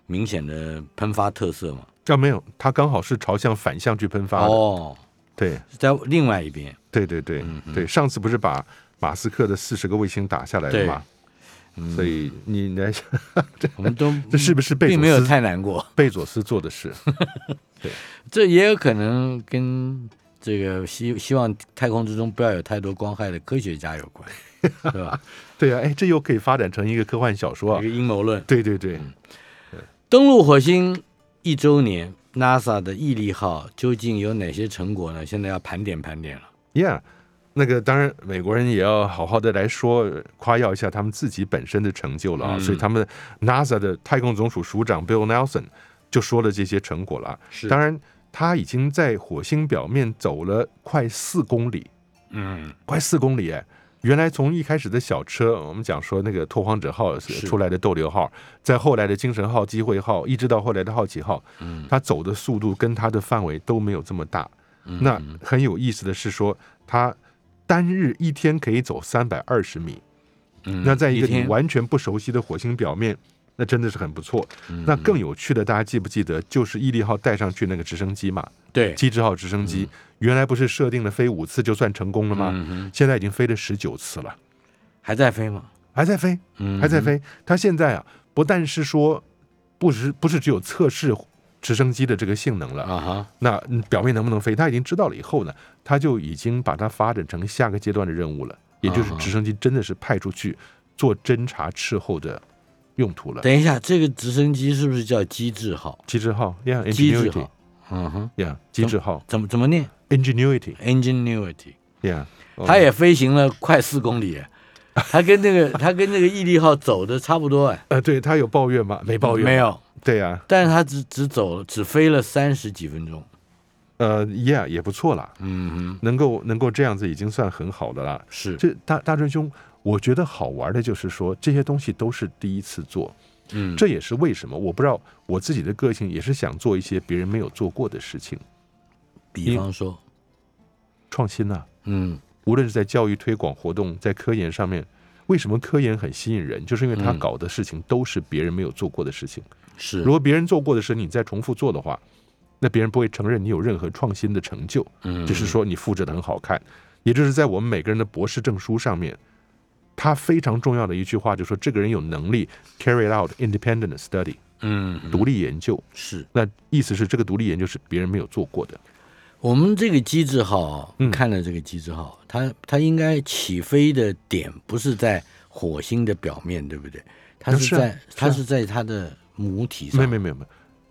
Speaker 1: 明显的喷发特色吗？
Speaker 2: 啊，没有，它刚好是朝向反向去喷发的。
Speaker 1: 哦，
Speaker 2: 对，
Speaker 1: 是在另外一边，
Speaker 2: 对对对、
Speaker 1: 嗯
Speaker 2: 对，上次不是把马斯克的四十个卫星打下来了
Speaker 1: 对
Speaker 2: 吗？
Speaker 1: 嗯
Speaker 2: 所以你来想，
Speaker 1: 我们 都
Speaker 2: 这是不是贝
Speaker 1: 并
Speaker 2: 佐
Speaker 1: 没有
Speaker 2: 斯
Speaker 1: 太难过。
Speaker 2: 贝佐斯做的事？
Speaker 1: 这也有可能跟这个希希望太空之中不要有太多光害的科学家有 关，对吧？
Speaker 2: 对啊，哎，这又可以发展成一个科幻小说
Speaker 1: 一
Speaker 2: 啊
Speaker 1: 个！阴谋论。
Speaker 2: 对对对，
Speaker 1: 嗯登陆火星一周年，NASA 的毅力号究竟有哪些成果呢？现在要盘点盘点了。
Speaker 2: Yeah，那个当然，美国人也要好好的来说夸耀一下他们自己本身的成就了啊。
Speaker 1: 嗯
Speaker 2: 所以他们 NASA 的太空总署署长 Bill Nelson 就说了这些成果了啊。
Speaker 1: 是
Speaker 2: 当然，他已经在火星表面走了快四公里，
Speaker 1: 嗯，
Speaker 2: 快四公里哎。原来从一开始的小车，我们讲说那个拓荒者号
Speaker 1: 是
Speaker 2: 出来的逗留号，在后来的精神号、机会号，一直到后来的好奇号，
Speaker 1: 嗯
Speaker 2: 它走的速度跟它的范围都没有这么大。
Speaker 1: 嗯
Speaker 2: 那很有意思的是说，它单日一天可以走三百二十米，
Speaker 1: 嗯
Speaker 2: 那在一个你
Speaker 1: 天
Speaker 2: 完全不熟悉的火星表面，那真的是很不错。
Speaker 1: 嗯
Speaker 2: 那更有趣的，大家记不记得，就是毅力号带上去那个直升机嘛，
Speaker 1: 对
Speaker 2: 机智号直升机，原来不是设定了飞五次就算成功了吗？
Speaker 1: 嗯哼
Speaker 2: 现在已经飞了十九次了，
Speaker 1: 还在飞吗？
Speaker 2: 还在飞，
Speaker 1: 嗯，
Speaker 2: 还在飞。它现在啊，不但是说不是不是只有测试直升机的这个性能了，
Speaker 1: 啊哈，
Speaker 2: 那嗯表面能不能飞，他已经知道了以后呢，他就已经把它发展成下个阶段的任务了，也就是
Speaker 1: 啊哈
Speaker 2: 直升机真的是派出去做侦察斥候的用途了。
Speaker 1: 等一下，这个直升机是不是叫机智号？
Speaker 2: 机智号，Yeah，
Speaker 1: 机智
Speaker 2: Ingenuity，
Speaker 1: 号，嗯哼，
Speaker 2: ，Yeah，机智号
Speaker 1: 怎么怎么念
Speaker 2: ，Ingenuity，Yeah，
Speaker 1: ？Ingenuity，
Speaker 2: 哦
Speaker 1: 它也飞行了快四公里，它跟那 个它跟那个毅力号走的差不多哎，
Speaker 2: 呃，对他有抱怨吗？没抱怨，
Speaker 1: 没，有，
Speaker 2: 对啊呀，
Speaker 1: 但是它只只走了只飞了三十几分钟，
Speaker 2: 呃，Yeah，也不错啦，
Speaker 1: 嗯哼，
Speaker 2: 能够能够这样子已经算很好的啦。
Speaker 1: 是，
Speaker 2: 这大大春兄，我觉得好玩的就是说这些东西都是第一次做，
Speaker 1: 嗯，
Speaker 2: 这也是为什么我不知道我自己的个性也是想做一些别人没有做过的事情，
Speaker 1: 比方说，
Speaker 2: 创新呐、
Speaker 1: 嗯
Speaker 2: 无论是在教育推广活动，在科研上面，为什么科研很吸引人？就是因为他
Speaker 1: 嗯
Speaker 2: 搞的事情都是别人没有做过的事情。
Speaker 1: 是
Speaker 2: 如，果别人做过的事，你再重复做的话，那别人不会承认你有任何创新的成就，
Speaker 1: 嗯
Speaker 2: 只是说你复制的很好看。也就是在我们每个人的博士证书上面，他非常重要的一句话就是说，这个人有能力 carry out independent study
Speaker 1: 嗯
Speaker 2: 独立研究。
Speaker 1: 是
Speaker 2: 那意思是这个独立研究是别人没有做过的。
Speaker 1: 我们这个机智号
Speaker 2: 嗯
Speaker 1: 看了这个机智号，它它应该起飞的点不是在火星的表面，对不对？它
Speaker 2: 是
Speaker 1: 是
Speaker 2: 啊
Speaker 1: 在
Speaker 2: 是啊
Speaker 1: 它是在它的母体上，
Speaker 2: 没有没有没有没有，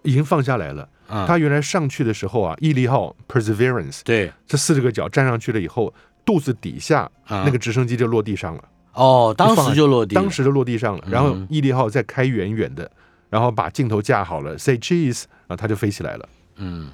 Speaker 2: 已经放下来了。
Speaker 1: 啊
Speaker 2: 他原来上去的时候啊，毅力号 Perseverance
Speaker 1: 对
Speaker 2: 这四十个脚站上去了以后，肚子底下
Speaker 1: 啊
Speaker 2: 那个直升机就落地上了，
Speaker 1: 哦，当
Speaker 2: 放
Speaker 1: 时
Speaker 2: 在
Speaker 1: 就落地了，
Speaker 2: 当时就落地上了。然后
Speaker 1: 嗯
Speaker 2: 毅力号再开远远的，然后把镜头架好了，say cheese，然后它就飞起来了。
Speaker 1: 嗯，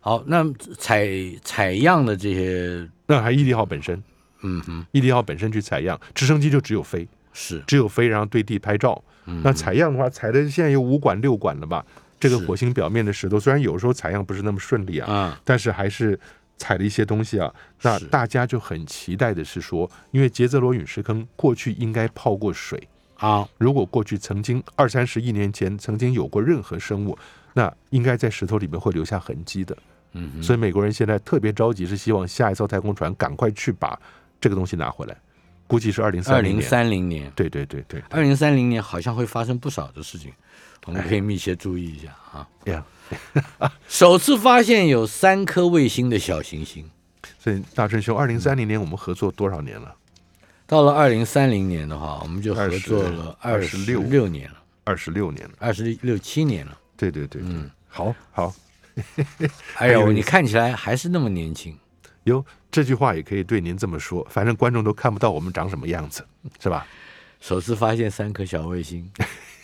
Speaker 1: 好，那采采样的这些，
Speaker 2: 那还毅力号本身，
Speaker 1: 嗯哼，
Speaker 2: 毅力号本身去采样，直升机就只有飞，
Speaker 1: 是
Speaker 2: 只有飞，然后对地拍照。
Speaker 1: 嗯
Speaker 2: 那采样的话，采的现在有五管六管了吧？这个
Speaker 1: 是
Speaker 2: 火星表面的石头，虽然有时候采样不是那么顺利啊，
Speaker 1: 啊，
Speaker 2: 但是还是采了一些东西啊。那
Speaker 1: 是
Speaker 2: 大家就很期待的是说，因为杰泽罗陨石坑过去应该泡过水，
Speaker 1: 啊好，
Speaker 2: 如果过去曾经二三十亿年前曾经有过任何生物，那应该在石头里面会留下痕迹的。
Speaker 1: 嗯哼，
Speaker 2: 所以美国人现在特别着急，是希望下一艘太空船赶快去把这个东西拿回来，估计是二零
Speaker 1: 二
Speaker 2: 三零
Speaker 1: 零
Speaker 2: 年。
Speaker 1: 三零年，
Speaker 2: 对对对对，
Speaker 1: 二零三零年好像会发生不少的事情，我们可以密切注意一下啊。
Speaker 2: 对呀。
Speaker 1: 首次发现有三颗卫星的小行星，
Speaker 2: 所以大春兄，二零三零年我们合作多
Speaker 1: 嗯
Speaker 2: 少年了？
Speaker 1: 到了二零三零年的话，我们就合
Speaker 2: 20
Speaker 1: 作了二十
Speaker 2: 26
Speaker 1: 六年了，
Speaker 2: 二十六年了。
Speaker 1: 二十六七年了。
Speaker 2: 对对对，嗯，好好
Speaker 1: 哎
Speaker 2: 还有
Speaker 1: 呦，
Speaker 2: 一
Speaker 1: 你看起来还是那么年轻，
Speaker 2: 哟，这句话也可以对您这么说，反正观众都看不到我们长什么样子，是吧？
Speaker 1: 首次发现三颗小卫星，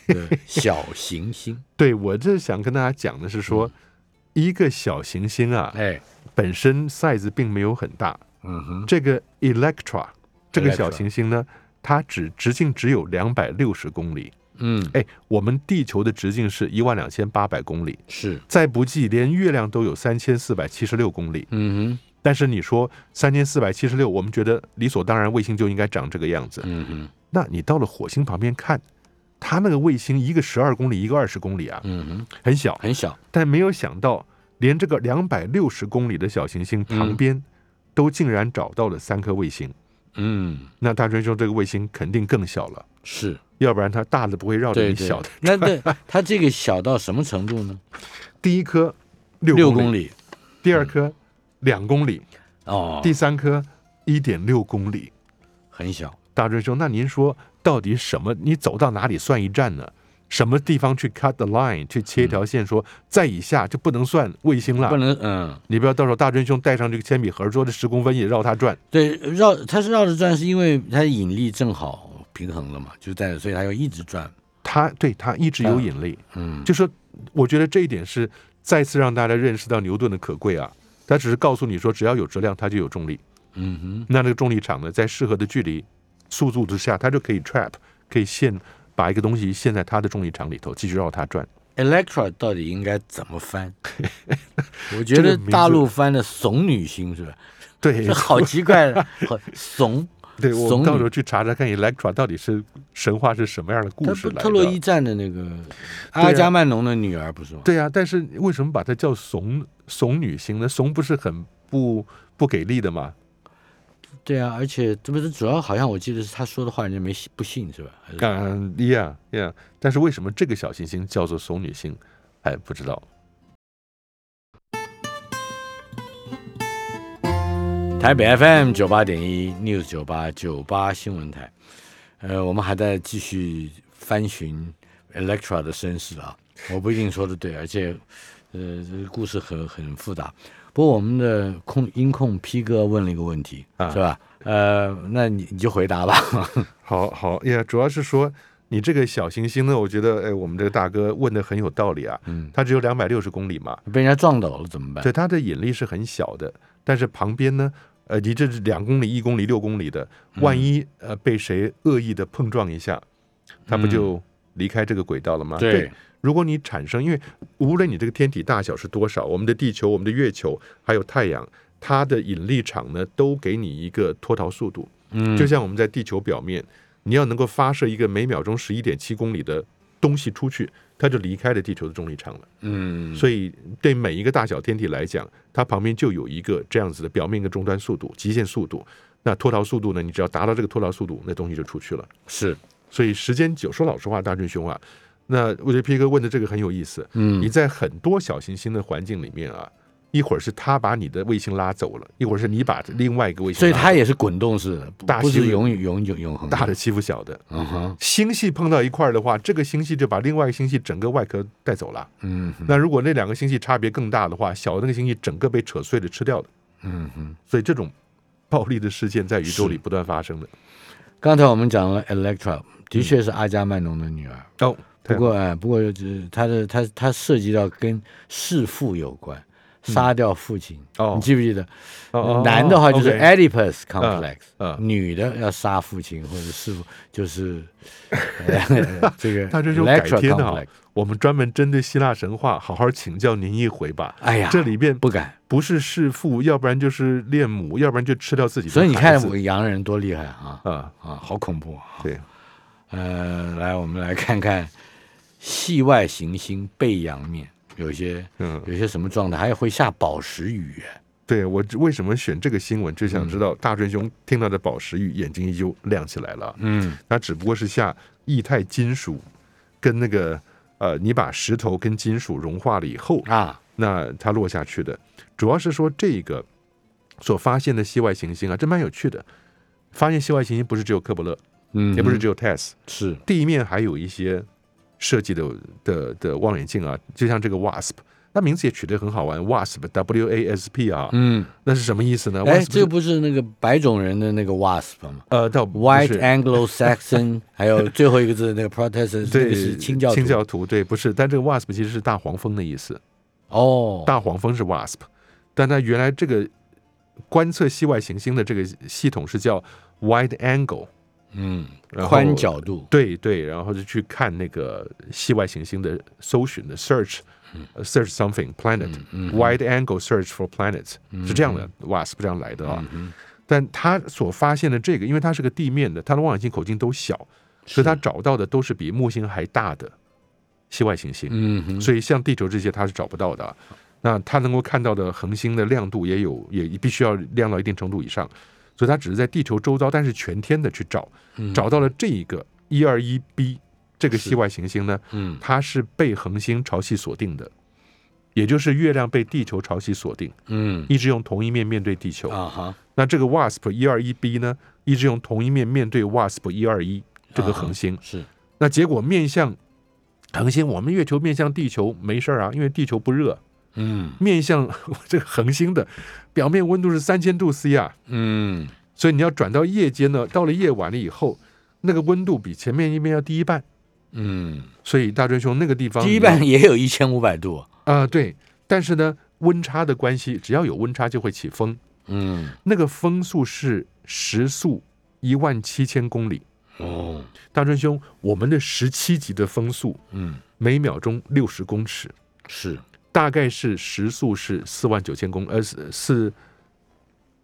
Speaker 1: 对，小行星，
Speaker 2: 对我这想跟大家讲的是说，一个小行星啊，
Speaker 1: 嗯哎，
Speaker 2: 本身 size 并没有很大，
Speaker 1: 嗯哼，
Speaker 2: 这个 Electra 这个小
Speaker 1: Electra
Speaker 2: 行星呢，它只直径只有两百六十公里。
Speaker 1: 嗯，
Speaker 2: 哎，我们地球的直径是一万两千八百公里，
Speaker 1: 是，
Speaker 2: 再不济连月亮都有三千四百七十六公里。
Speaker 1: 嗯
Speaker 2: 但是你说三千四百七十六，我们觉得理所当然，卫星就应该长这个样子
Speaker 1: 哼，。嗯哼，
Speaker 2: 那你到了火星旁边看，它那个卫星一个十二公里，一个二十公里啊，
Speaker 1: 嗯哼，
Speaker 2: 很小。
Speaker 1: 很小，
Speaker 2: 但没有想到，连这个两百六十公里的小行星旁边，都竟然找到了三颗卫星。
Speaker 1: 嗯，
Speaker 2: 那大追说这个卫星肯定更小了，
Speaker 1: 是，
Speaker 2: 要不然它大的不会绕着
Speaker 1: 对
Speaker 2: 你
Speaker 1: 对
Speaker 2: 小的。
Speaker 1: 那对，它这个小到什么程度呢？
Speaker 2: 第一颗六
Speaker 1: 六
Speaker 2: 公
Speaker 1: 公
Speaker 2: 里，
Speaker 1: 里，
Speaker 2: 第二颗两公里，
Speaker 1: 哦，
Speaker 2: 第三颗一点六公里。
Speaker 1: 很小，
Speaker 2: 大追说：“那您说到底什么？你走到哪里算一站呢？什么地方去 cut the line 去切一条线说，再以下就不能算卫星
Speaker 1: 嗯
Speaker 2: 了
Speaker 1: 不。能，嗯，
Speaker 2: 你不要到时候大真兄带上这个铅笔盒，说这十公分也绕它转。
Speaker 1: 对，绕它是绕着转，是因为它的引力正好平衡了嘛，就在，所以它要一直转，
Speaker 2: 他对他一直有引力，
Speaker 1: 嗯，
Speaker 2: 就说我觉得这一点是再次让大家认识到牛顿的可贵啊。他只是告诉你说，只要有质量，它就有重力。
Speaker 1: 嗯哼，
Speaker 2: 那那个重力场呢，在适合的距离、速度之下，它就可以 trap，可以陷把一个东西陷在它的重力场里头，继续绕它转。
Speaker 1: Electra 到底应该怎么翻？ 我觉得大陆翻的怂女星 是吧？
Speaker 2: 对
Speaker 1: 这好奇怪 的，好怂。
Speaker 2: 对，我
Speaker 1: 怂
Speaker 2: 们
Speaker 1: 女
Speaker 2: 到时候去查查看 Electra 到底是神话是什么样的
Speaker 1: 她
Speaker 2: 故事
Speaker 1: 不
Speaker 2: 来
Speaker 1: 特洛伊
Speaker 2: 的。
Speaker 1: 战的那个
Speaker 2: 对
Speaker 1: 阿
Speaker 2: 啊
Speaker 1: 伽曼农的女儿不是吗？
Speaker 2: 对呀、啊但是为什么把它叫怂怂女星呢？怂不是很不不给力的吗？
Speaker 1: 对啊，而且这不是主要好像我记得是他说的话，人家没信不信是吧？还是
Speaker 2: 嗯，yeah yeah，但是为什么这个小行星叫做怂女星，还不知道。
Speaker 1: 台北 FM 九八点一 News 九八九八新闻台，呃，我们还在继续翻寻 Electra 的身世啊，我不一定说的对，而且，呃，这个故事很很复杂。不过我们的控音控 P 哥问了一个问题，
Speaker 2: 啊
Speaker 1: 是吧？呃，那你你就回答吧。
Speaker 2: 好好呀，主要是说你这个小行星呢，我觉得哎，我们这个大哥问的很有道理啊。
Speaker 1: 嗯，
Speaker 2: 它只有两百六十公里嘛，
Speaker 1: 被人家撞倒了怎么办？
Speaker 2: 对，它的引力是很小的，但是旁边呢，呃，离这是两公里、一公里、六公里的，万一呃被谁恶意的碰撞一下，它不就离开这个轨道了吗？
Speaker 1: 对，
Speaker 2: 如果你产生，因为无论你这个天体大小是多少，我们的地球、我们的月球还有太阳，它的引力场呢，都给你一个脱逃速度。
Speaker 1: 嗯，
Speaker 2: 就像我们在地球表面，你要能够发射一个每秒钟十一点七公里的东西出去，它就离开了地球的重力场了。
Speaker 1: 嗯，
Speaker 2: 所以对每一个大小天体来讲，它旁边就有一个这样子的表面跟终端速度、极限速度。那脱逃速度呢？你只要达到这个脱逃速度，那东西就出去了。
Speaker 1: 是，
Speaker 2: 所以时间久，说老实话，大俊兄啊，那我觉得 P 哥问的这个很有意思。你
Speaker 1: 嗯，
Speaker 2: 在很多小行星的环境里面啊，一会儿是他把你的卫星拉走了，一会儿是你把另外一个卫星
Speaker 1: 所以
Speaker 2: 拉
Speaker 1: 它也是滚动式的，不
Speaker 2: 大
Speaker 1: 不
Speaker 2: 新
Speaker 1: 是永
Speaker 2: 闻
Speaker 1: 永永永恒
Speaker 2: 大的欺负小的。
Speaker 1: 嗯哼，
Speaker 2: 星系碰到一块儿的话，这个星系就把另外一个星系整个外壳带走了。
Speaker 1: 嗯哼
Speaker 2: 那如果那两个星系差别更大的话，小的那个星系整个被扯碎了吃掉了。
Speaker 1: 嗯哼。
Speaker 2: 所以这种暴力的事件在宇宙里不断发生的。
Speaker 1: 刚才我们讲了 Electra，的确是阿伽曼农的女儿。
Speaker 2: 哦，
Speaker 1: 不过哎，不过就是她的她她涉及到跟弑父有关，杀掉父亲。
Speaker 2: 哦
Speaker 1: 你记不记得？
Speaker 2: 哦哦
Speaker 1: 男的话就是哎
Speaker 2: OK
Speaker 1: Oedipus complex，、
Speaker 2: 嗯
Speaker 1: 女的要杀父亲或者弑父， 就是、呃这个
Speaker 2: 大追兄改
Speaker 1: Electra
Speaker 2: 天啊
Speaker 1: complex。，
Speaker 2: 我们专门针对希腊神话好好请教您一回吧。
Speaker 1: 哎呀，
Speaker 2: 这里边
Speaker 1: 不敢。
Speaker 2: 不是弑父，要不然就是恋母，要不然就吃掉自己的孩子。
Speaker 1: 所以你看我洋人多厉害啊
Speaker 2: 啊，
Speaker 1: 啊，好恐怖啊！
Speaker 2: 对，
Speaker 1: 呃，来我们来看看系外行星背阳面有些。
Speaker 2: 嗯，
Speaker 1: 有些什么状态，还会下宝石雨。
Speaker 2: 对我为什么选这个新闻，就想
Speaker 1: 嗯
Speaker 2: 知道大春兄听到的宝石玉眼睛就亮起来了。
Speaker 1: 嗯，
Speaker 2: 它只不过是下液态金属跟那个呃，你把石头跟金属融化了以后，
Speaker 1: 啊，
Speaker 2: 那它落下去的，主要是说这个所发现的系外行星啊，这蛮有趣的。发现系外行星不是只有科伯勒，
Speaker 1: 嗯
Speaker 2: 也不是只有 E TESS，
Speaker 1: 是，
Speaker 2: 地面还有一些设计的的的望远镜啊，就像这个 WASP，那名字也取得很好玩，WASP W A S P 啊，
Speaker 1: 嗯，
Speaker 2: 那是什么意思呢
Speaker 1: 哎，
Speaker 2: 啊？WASP
Speaker 1: 这
Speaker 2: 是
Speaker 1: 不是那个白种人的那个 WASP 吗
Speaker 2: 呃，倒不
Speaker 1: ？White
Speaker 2: 是
Speaker 1: Anglo-Saxon，还有最后一个字那个 Protestant，这
Speaker 2: 对
Speaker 1: 个是清教徒。
Speaker 2: 清教徒对，不是，但这个 WASP 其实是大黄蜂的意思，
Speaker 1: 哦，
Speaker 2: 大黄蜂是 WASP，但它原来这个观测系外行星的这个系统是叫 Wide Angle，
Speaker 1: 嗯，
Speaker 2: 然后
Speaker 1: 宽角度。
Speaker 2: 对对，然后就去看那个系外行星的搜寻的 search，search、呃
Speaker 1: 嗯
Speaker 2: search something planet、wide angle search for planet、是
Speaker 1: 嗯
Speaker 2: 这样的，WASP 这样来的啊。但他所发现的这个，因为它是个地面的，它的望远镜口径都小，所以他找到的都是比木星还大的系外行星。
Speaker 1: 嗯哼，
Speaker 2: 所以像地球这些它是找不到的啊。那它能够看到的恒星的亮度也有，也必须要亮到一定程度以上，所以它只是在地球周遭，但是全天的去找，
Speaker 1: 嗯
Speaker 2: 找到了这一个一二一 b 这个系外行星呢，
Speaker 1: 嗯
Speaker 2: 它是被恒星潮汐锁定的，也就是月亮被地球潮汐锁定，
Speaker 1: 嗯
Speaker 2: 一直用同一面面对地球。
Speaker 1: 啊哈，
Speaker 2: 那这个 WASP 一二一 b 呢，一直用同一面面对 WASP 一二一这个恒星。
Speaker 1: 是
Speaker 2: 那结果面向恒星，我们月球面向地球没事儿啊，因为地球不热。
Speaker 1: 嗯
Speaker 2: 面向这个恒星的表面温度是三千度 C 啊，
Speaker 1: 嗯
Speaker 2: 所以你要转到夜间呢，到了夜晚了以后，那个温度比前面一面要低一半。
Speaker 1: 嗯，
Speaker 2: 所以大追兄那个地方
Speaker 1: 第一半也有一千五百度。
Speaker 2: 啊、对，但是呢，温差的关系，只要有温差就会起风，
Speaker 1: 嗯
Speaker 2: 那个风速是时速一万七千公里。
Speaker 1: 哦
Speaker 2: 大春兄，我们的十七级的风速
Speaker 1: 嗯
Speaker 2: 每秒钟六十公尺，
Speaker 1: 是
Speaker 2: 大概是时速是四万九千公，呃，四四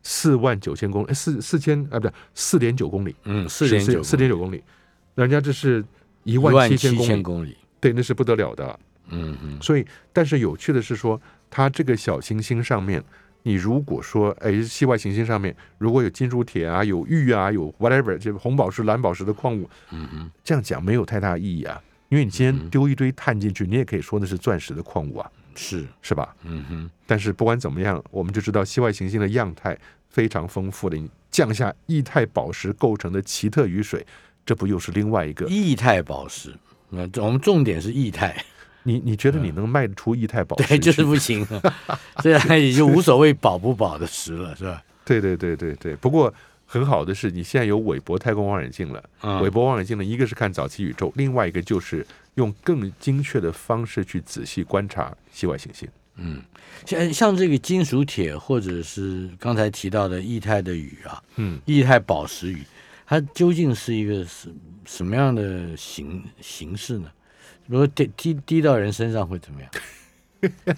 Speaker 2: 四万九千公，呃四四千啊，不对，四点九公里，
Speaker 1: 嗯四点九
Speaker 2: 四点九公里，人家这是一
Speaker 1: 一
Speaker 2: 万
Speaker 1: 万
Speaker 2: 七
Speaker 1: 七
Speaker 2: 千公
Speaker 1: 千
Speaker 2: 里，
Speaker 1: 公里。
Speaker 2: 对，那是不得了的。
Speaker 1: 嗯嗯
Speaker 2: 所以，但是有趣的是说，它这个小行星上面，你如果说，哎，系外行星上面如果有金属铁啊，有玉啊，有 whatever，这红宝石、蓝宝石的矿物，嗯这样讲没有太大意义啊，因为你
Speaker 1: 嗯
Speaker 2: 今天丢一堆碳进去，你也可以说那是钻石的矿物啊，
Speaker 1: 是
Speaker 2: 是吧？
Speaker 1: 嗯哼
Speaker 2: 但是不管怎么样，我们就知道系外行星的样态非常丰富的。你降下液态宝石构成的奇特雨水，这不又是另外一个？
Speaker 1: 液态宝石。那我们重点是液态，
Speaker 2: 你你觉得你能卖得出液态宝石去？
Speaker 1: 嗯 对，就是不行，虽然已经无所谓保不保的石了，是吧？
Speaker 2: 对对对对对。不过很好的是，你现在有韦伯太空望远镜了。
Speaker 1: 嗯
Speaker 2: 韦伯望远镜呢，一个是看早期宇宙，另外一个就是用更精确的方式去仔细观察系外行星。
Speaker 1: 像像这个金属铁或者是刚才提到的液态的雨啊，
Speaker 2: 嗯，
Speaker 1: 液态宝石雨，它究竟是一个什什么样的形形式呢？如果滴滴滴到人身上会怎么样？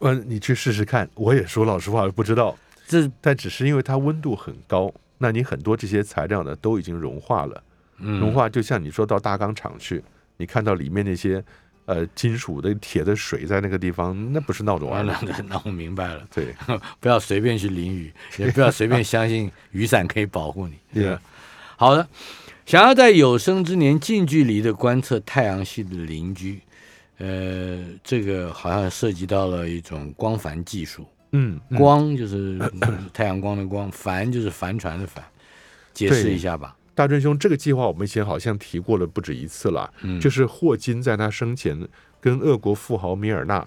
Speaker 2: 嗯，你去试试看。我也说老实话，不知道。
Speaker 1: 这
Speaker 2: 但只是因为它温度很高，那你很多这些材料呢都已经融化了。融化就像你说到大钢厂去，你看到里面那些呃金属的铁的水在那个地方，那不是闹着
Speaker 1: 完
Speaker 2: 玩
Speaker 1: 了
Speaker 2: 的。，
Speaker 1: 那那我明白了，
Speaker 2: 对，
Speaker 1: 不要随便去淋雨，也不要随便相信雨伞可以保护你。
Speaker 2: 对啊
Speaker 1: 好的，想要在有生之年近距离的观测太阳系的邻居，呃，这个好像涉及到了一种光帆技术。
Speaker 2: 嗯，嗯
Speaker 1: 光就是 太阳光的光，帆就是帆船的帆，解释一下吧。
Speaker 2: 大春兄，这个计划我们以前好像提过了不止一次了，
Speaker 1: 嗯
Speaker 2: 就是霍金在他生前跟俄国富豪米尔纳，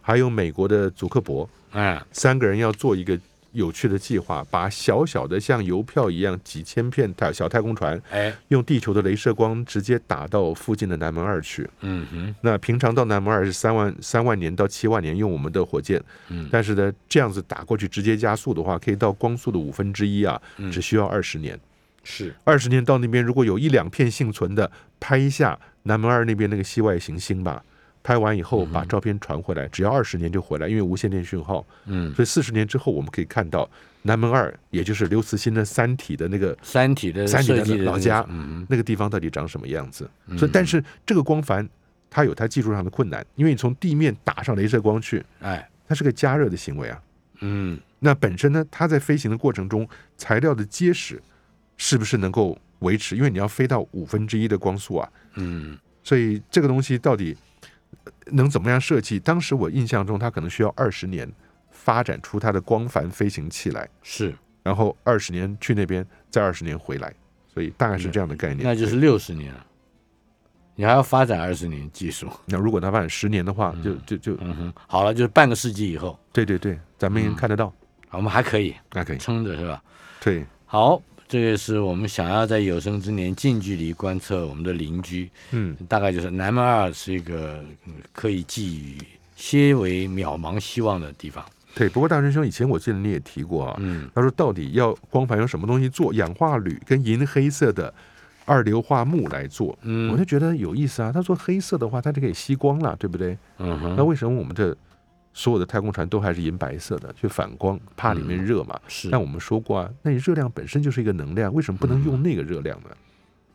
Speaker 2: 还有美国的祖克伯
Speaker 1: 哎，
Speaker 2: 三个人要做一个有趣的计划，把小小的像邮票一样几千片太小太空船
Speaker 1: 哎，
Speaker 2: 用地球的镭射光直接打到附近的南门二去。
Speaker 1: 嗯哼，
Speaker 2: 那平常到南门二是三万三万年到七万年用我们的火箭，
Speaker 1: 嗯
Speaker 2: 但是呢，这样子打过去直接加速的话，可以到光速的五分之一啊，只需要二十年。
Speaker 1: 是，
Speaker 2: 二十年到那边，如果有一两片幸存的，拍一下南门二那边那个系外行星吧。拍完以后把照片传回来，只要二十年就回来，因为无线电讯号。
Speaker 1: 嗯，
Speaker 2: 所以四十年之后，我们可以看到南门二，也就是刘慈欣的《三体》的那个
Speaker 1: 《三体》的
Speaker 2: 三体
Speaker 1: 设
Speaker 2: 的
Speaker 1: 计的
Speaker 2: 老
Speaker 1: 那个
Speaker 2: 家
Speaker 1: 嗯
Speaker 2: 那个地方到底长什么样子。所以，但是这个光帆它有它技术上的困难，因为你从地面打上镭射光去，
Speaker 1: 哼，哎，
Speaker 2: 它是个加热的行为啊。
Speaker 1: 嗯，
Speaker 2: 那本身呢，它在飞行的过程中，材料的结实是不是能够维持？因为你要飞到五分之一的光速啊，
Speaker 1: 嗯，
Speaker 2: 所以这个东西到底呃能怎么样设计？当时我印象中，它可能需要二十年发展出它的光帆飞行器来，
Speaker 1: 是，
Speaker 2: 然后二十年
Speaker 1: 嗯
Speaker 2: 去那边，再二十年回来，所以大概是这样的概念。
Speaker 1: 那就是六十年了。你还要发展二十年技术。
Speaker 2: 那如果它发展十年的话，就就就
Speaker 1: 嗯哼，好了，就是半个世纪以后，
Speaker 2: 对对对，咱们看得到，
Speaker 1: 我们还可以
Speaker 2: 那可以。
Speaker 1: 撑着，是吧？
Speaker 2: 对，
Speaker 1: 好，这个是我们想要在有生之年近距离观测我们的邻居，
Speaker 2: 嗯，
Speaker 1: 大概就是南门二是一个嗯可以寄予些为渺茫希望的地方。
Speaker 2: 对。不过大师兄，以前我记得你也提过啊，
Speaker 1: 嗯，
Speaker 2: 他说到底要光盘用什么东西做？氧化铝跟银黑色的二硫化钼来做，
Speaker 1: 嗯
Speaker 2: 我就觉得有意思啊。他说黑色的话，它就可以吸光了，对不对？
Speaker 1: 嗯
Speaker 2: 那
Speaker 1: 哼，
Speaker 2: 为什么我们的所有的太空船都还是银白色的，去反光，怕里
Speaker 1: 嗯
Speaker 2: 面热嘛？
Speaker 1: 是
Speaker 2: 但我们说过啊，那你热量本身就是一个能量，为什么不能
Speaker 1: 嗯
Speaker 2: 用那个热量呢？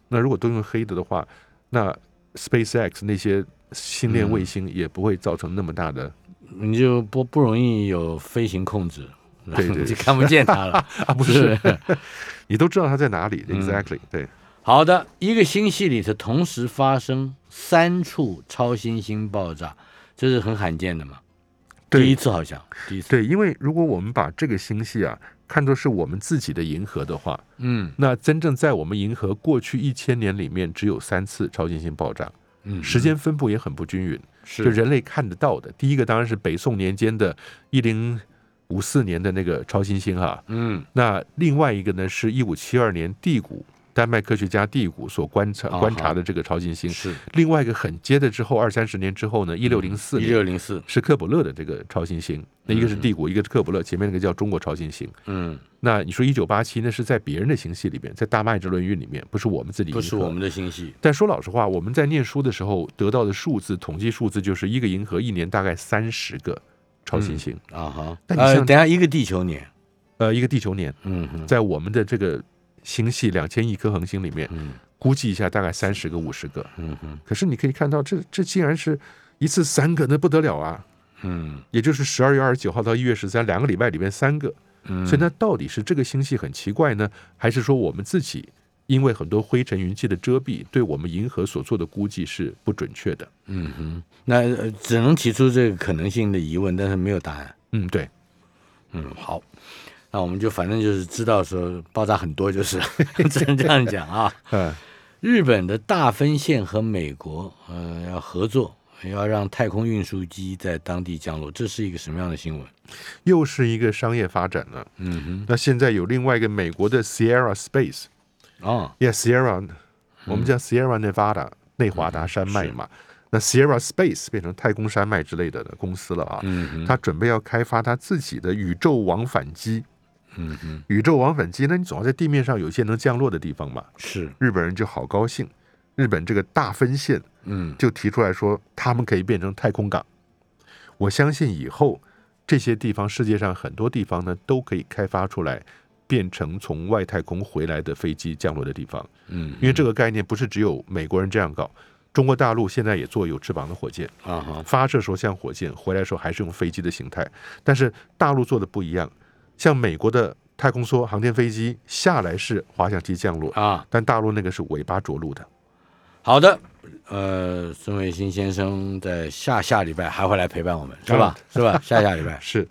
Speaker 2: 那如果都用黑的的话，那 SpaceX 那些星链卫
Speaker 1: 嗯
Speaker 2: 星也不会造成那么大的、
Speaker 1: 你就不不容易有飞行控制，
Speaker 2: 对对对
Speaker 1: 就看不见它了。
Speaker 2: 啊， 不是，你都知道它在哪里
Speaker 1: 嗯
Speaker 2: ，exactly，、对，
Speaker 1: 好的，一个星系里头同时发生三处超新星爆炸，这是很罕见的嘛？
Speaker 2: 对
Speaker 1: 第一次好像，第一次，
Speaker 2: 对，因为如果我们把这个星系啊看作是我们自己的银河的话，
Speaker 1: 嗯
Speaker 2: 那真正在我们银河过去一千年里面只有三次超新星爆炸，
Speaker 1: 嗯，
Speaker 2: 时间分布也很不均匀。
Speaker 1: 是
Speaker 2: 就人类看得到的，第一个当然是北宋年间的一零五四年的那个超新星哈，
Speaker 1: 嗯
Speaker 2: 那另外一个呢是一五七二年地谷丹麦科学家地谷所观察
Speaker 1: 啊哈
Speaker 2: 观察的这个超新星，
Speaker 1: 是嗯
Speaker 2: 另外一个很接着之后二三十年之后呢，一六零四
Speaker 1: 一
Speaker 2: 年
Speaker 1: 六零四，
Speaker 2: 是克卜勒的这个超新星，那一个是地谷，一个是克卜勒，前面那个叫中国超新星。
Speaker 1: 嗯，
Speaker 2: 那你说一九八七，那是在别人的星系里面，在大麦哲伦运里面，不是我们自己
Speaker 1: 不
Speaker 2: 银
Speaker 1: 是
Speaker 2: 河
Speaker 1: 我们的星系，
Speaker 2: 但说老实话，我们在念书的时候得到的数字，统计数字就是一个银河一年大概三十个超新星，
Speaker 1: 啊哈，
Speaker 2: 但你
Speaker 1: 呃，
Speaker 2: 像
Speaker 1: 等一下一个地球年，
Speaker 2: 呃，一个地球年，
Speaker 1: 嗯哼，
Speaker 2: 在我们的这个星系两千亿颗恒星里面，
Speaker 1: 嗯
Speaker 2: 估计一下大概三十个、五十个。
Speaker 1: 嗯哼，
Speaker 2: 可是你可以看到，这这竟然是一次三个，那不得了啊！
Speaker 1: 嗯
Speaker 2: 也就是十二月二十九号到一月十三，两个礼拜里面三个。
Speaker 1: 嗯，
Speaker 2: 所以那到底是这个星系很奇怪呢，还是说我们自己因为很多灰尘云气的遮蔽，对我们银河所做的估计是不准确的？
Speaker 1: 嗯哼，那呃只能提出这个可能性的疑问，但是没有答案。
Speaker 2: 嗯，对。
Speaker 1: 嗯，好，那我们就反正就是知道说爆炸很多，就是 只能这样讲啊。
Speaker 2: 嗯，
Speaker 1: 日本的大分县和美国，呃，要合作，要让太空运输机在当地降落，这是一个什么样的新闻？
Speaker 2: 又是一个商业发展了。
Speaker 1: 嗯
Speaker 2: 那现在有另外一个美国的 Sierra Space，Yeah
Speaker 1: 哼，哦，
Speaker 2: Sierra，我们叫 Sierra Nevada 内华
Speaker 1: 嗯
Speaker 2: 达山脉嘛。那 Sierra Space 变成太空山脉之类的的公司了啊。
Speaker 1: 嗯哼，
Speaker 2: 他准备要开发他自己的宇宙往返机。
Speaker 1: 嗯哼，
Speaker 2: 宇宙往返机，那你总要在地面上有一些能降落的地方嘛。
Speaker 1: 是，
Speaker 2: 日本人就好高兴，日本这个大分县
Speaker 1: 嗯
Speaker 2: 就提出来说，他们可以变成太空港。我相信以后这些地方，世界上很多地方呢，都可以开发出来，变成从外太空回来的飞机降落的地方。
Speaker 1: 嗯，
Speaker 2: 因为这个概念不是只有美国人这样搞，中国大陆现在也做有翅膀的火箭，
Speaker 1: 啊哈，
Speaker 2: 发射时候像火箭，回来时候还是用飞机的形态。但是大陆做的不一样，像美国的太空梭航天飞机下来是滑翔机降落，
Speaker 1: 啊，
Speaker 2: 但大陆那个是尾巴着陆的。
Speaker 1: 好的，呃，孙维新先生在下下礼拜还会来陪伴我们，是吧？是吧？下下礼拜，
Speaker 2: 是，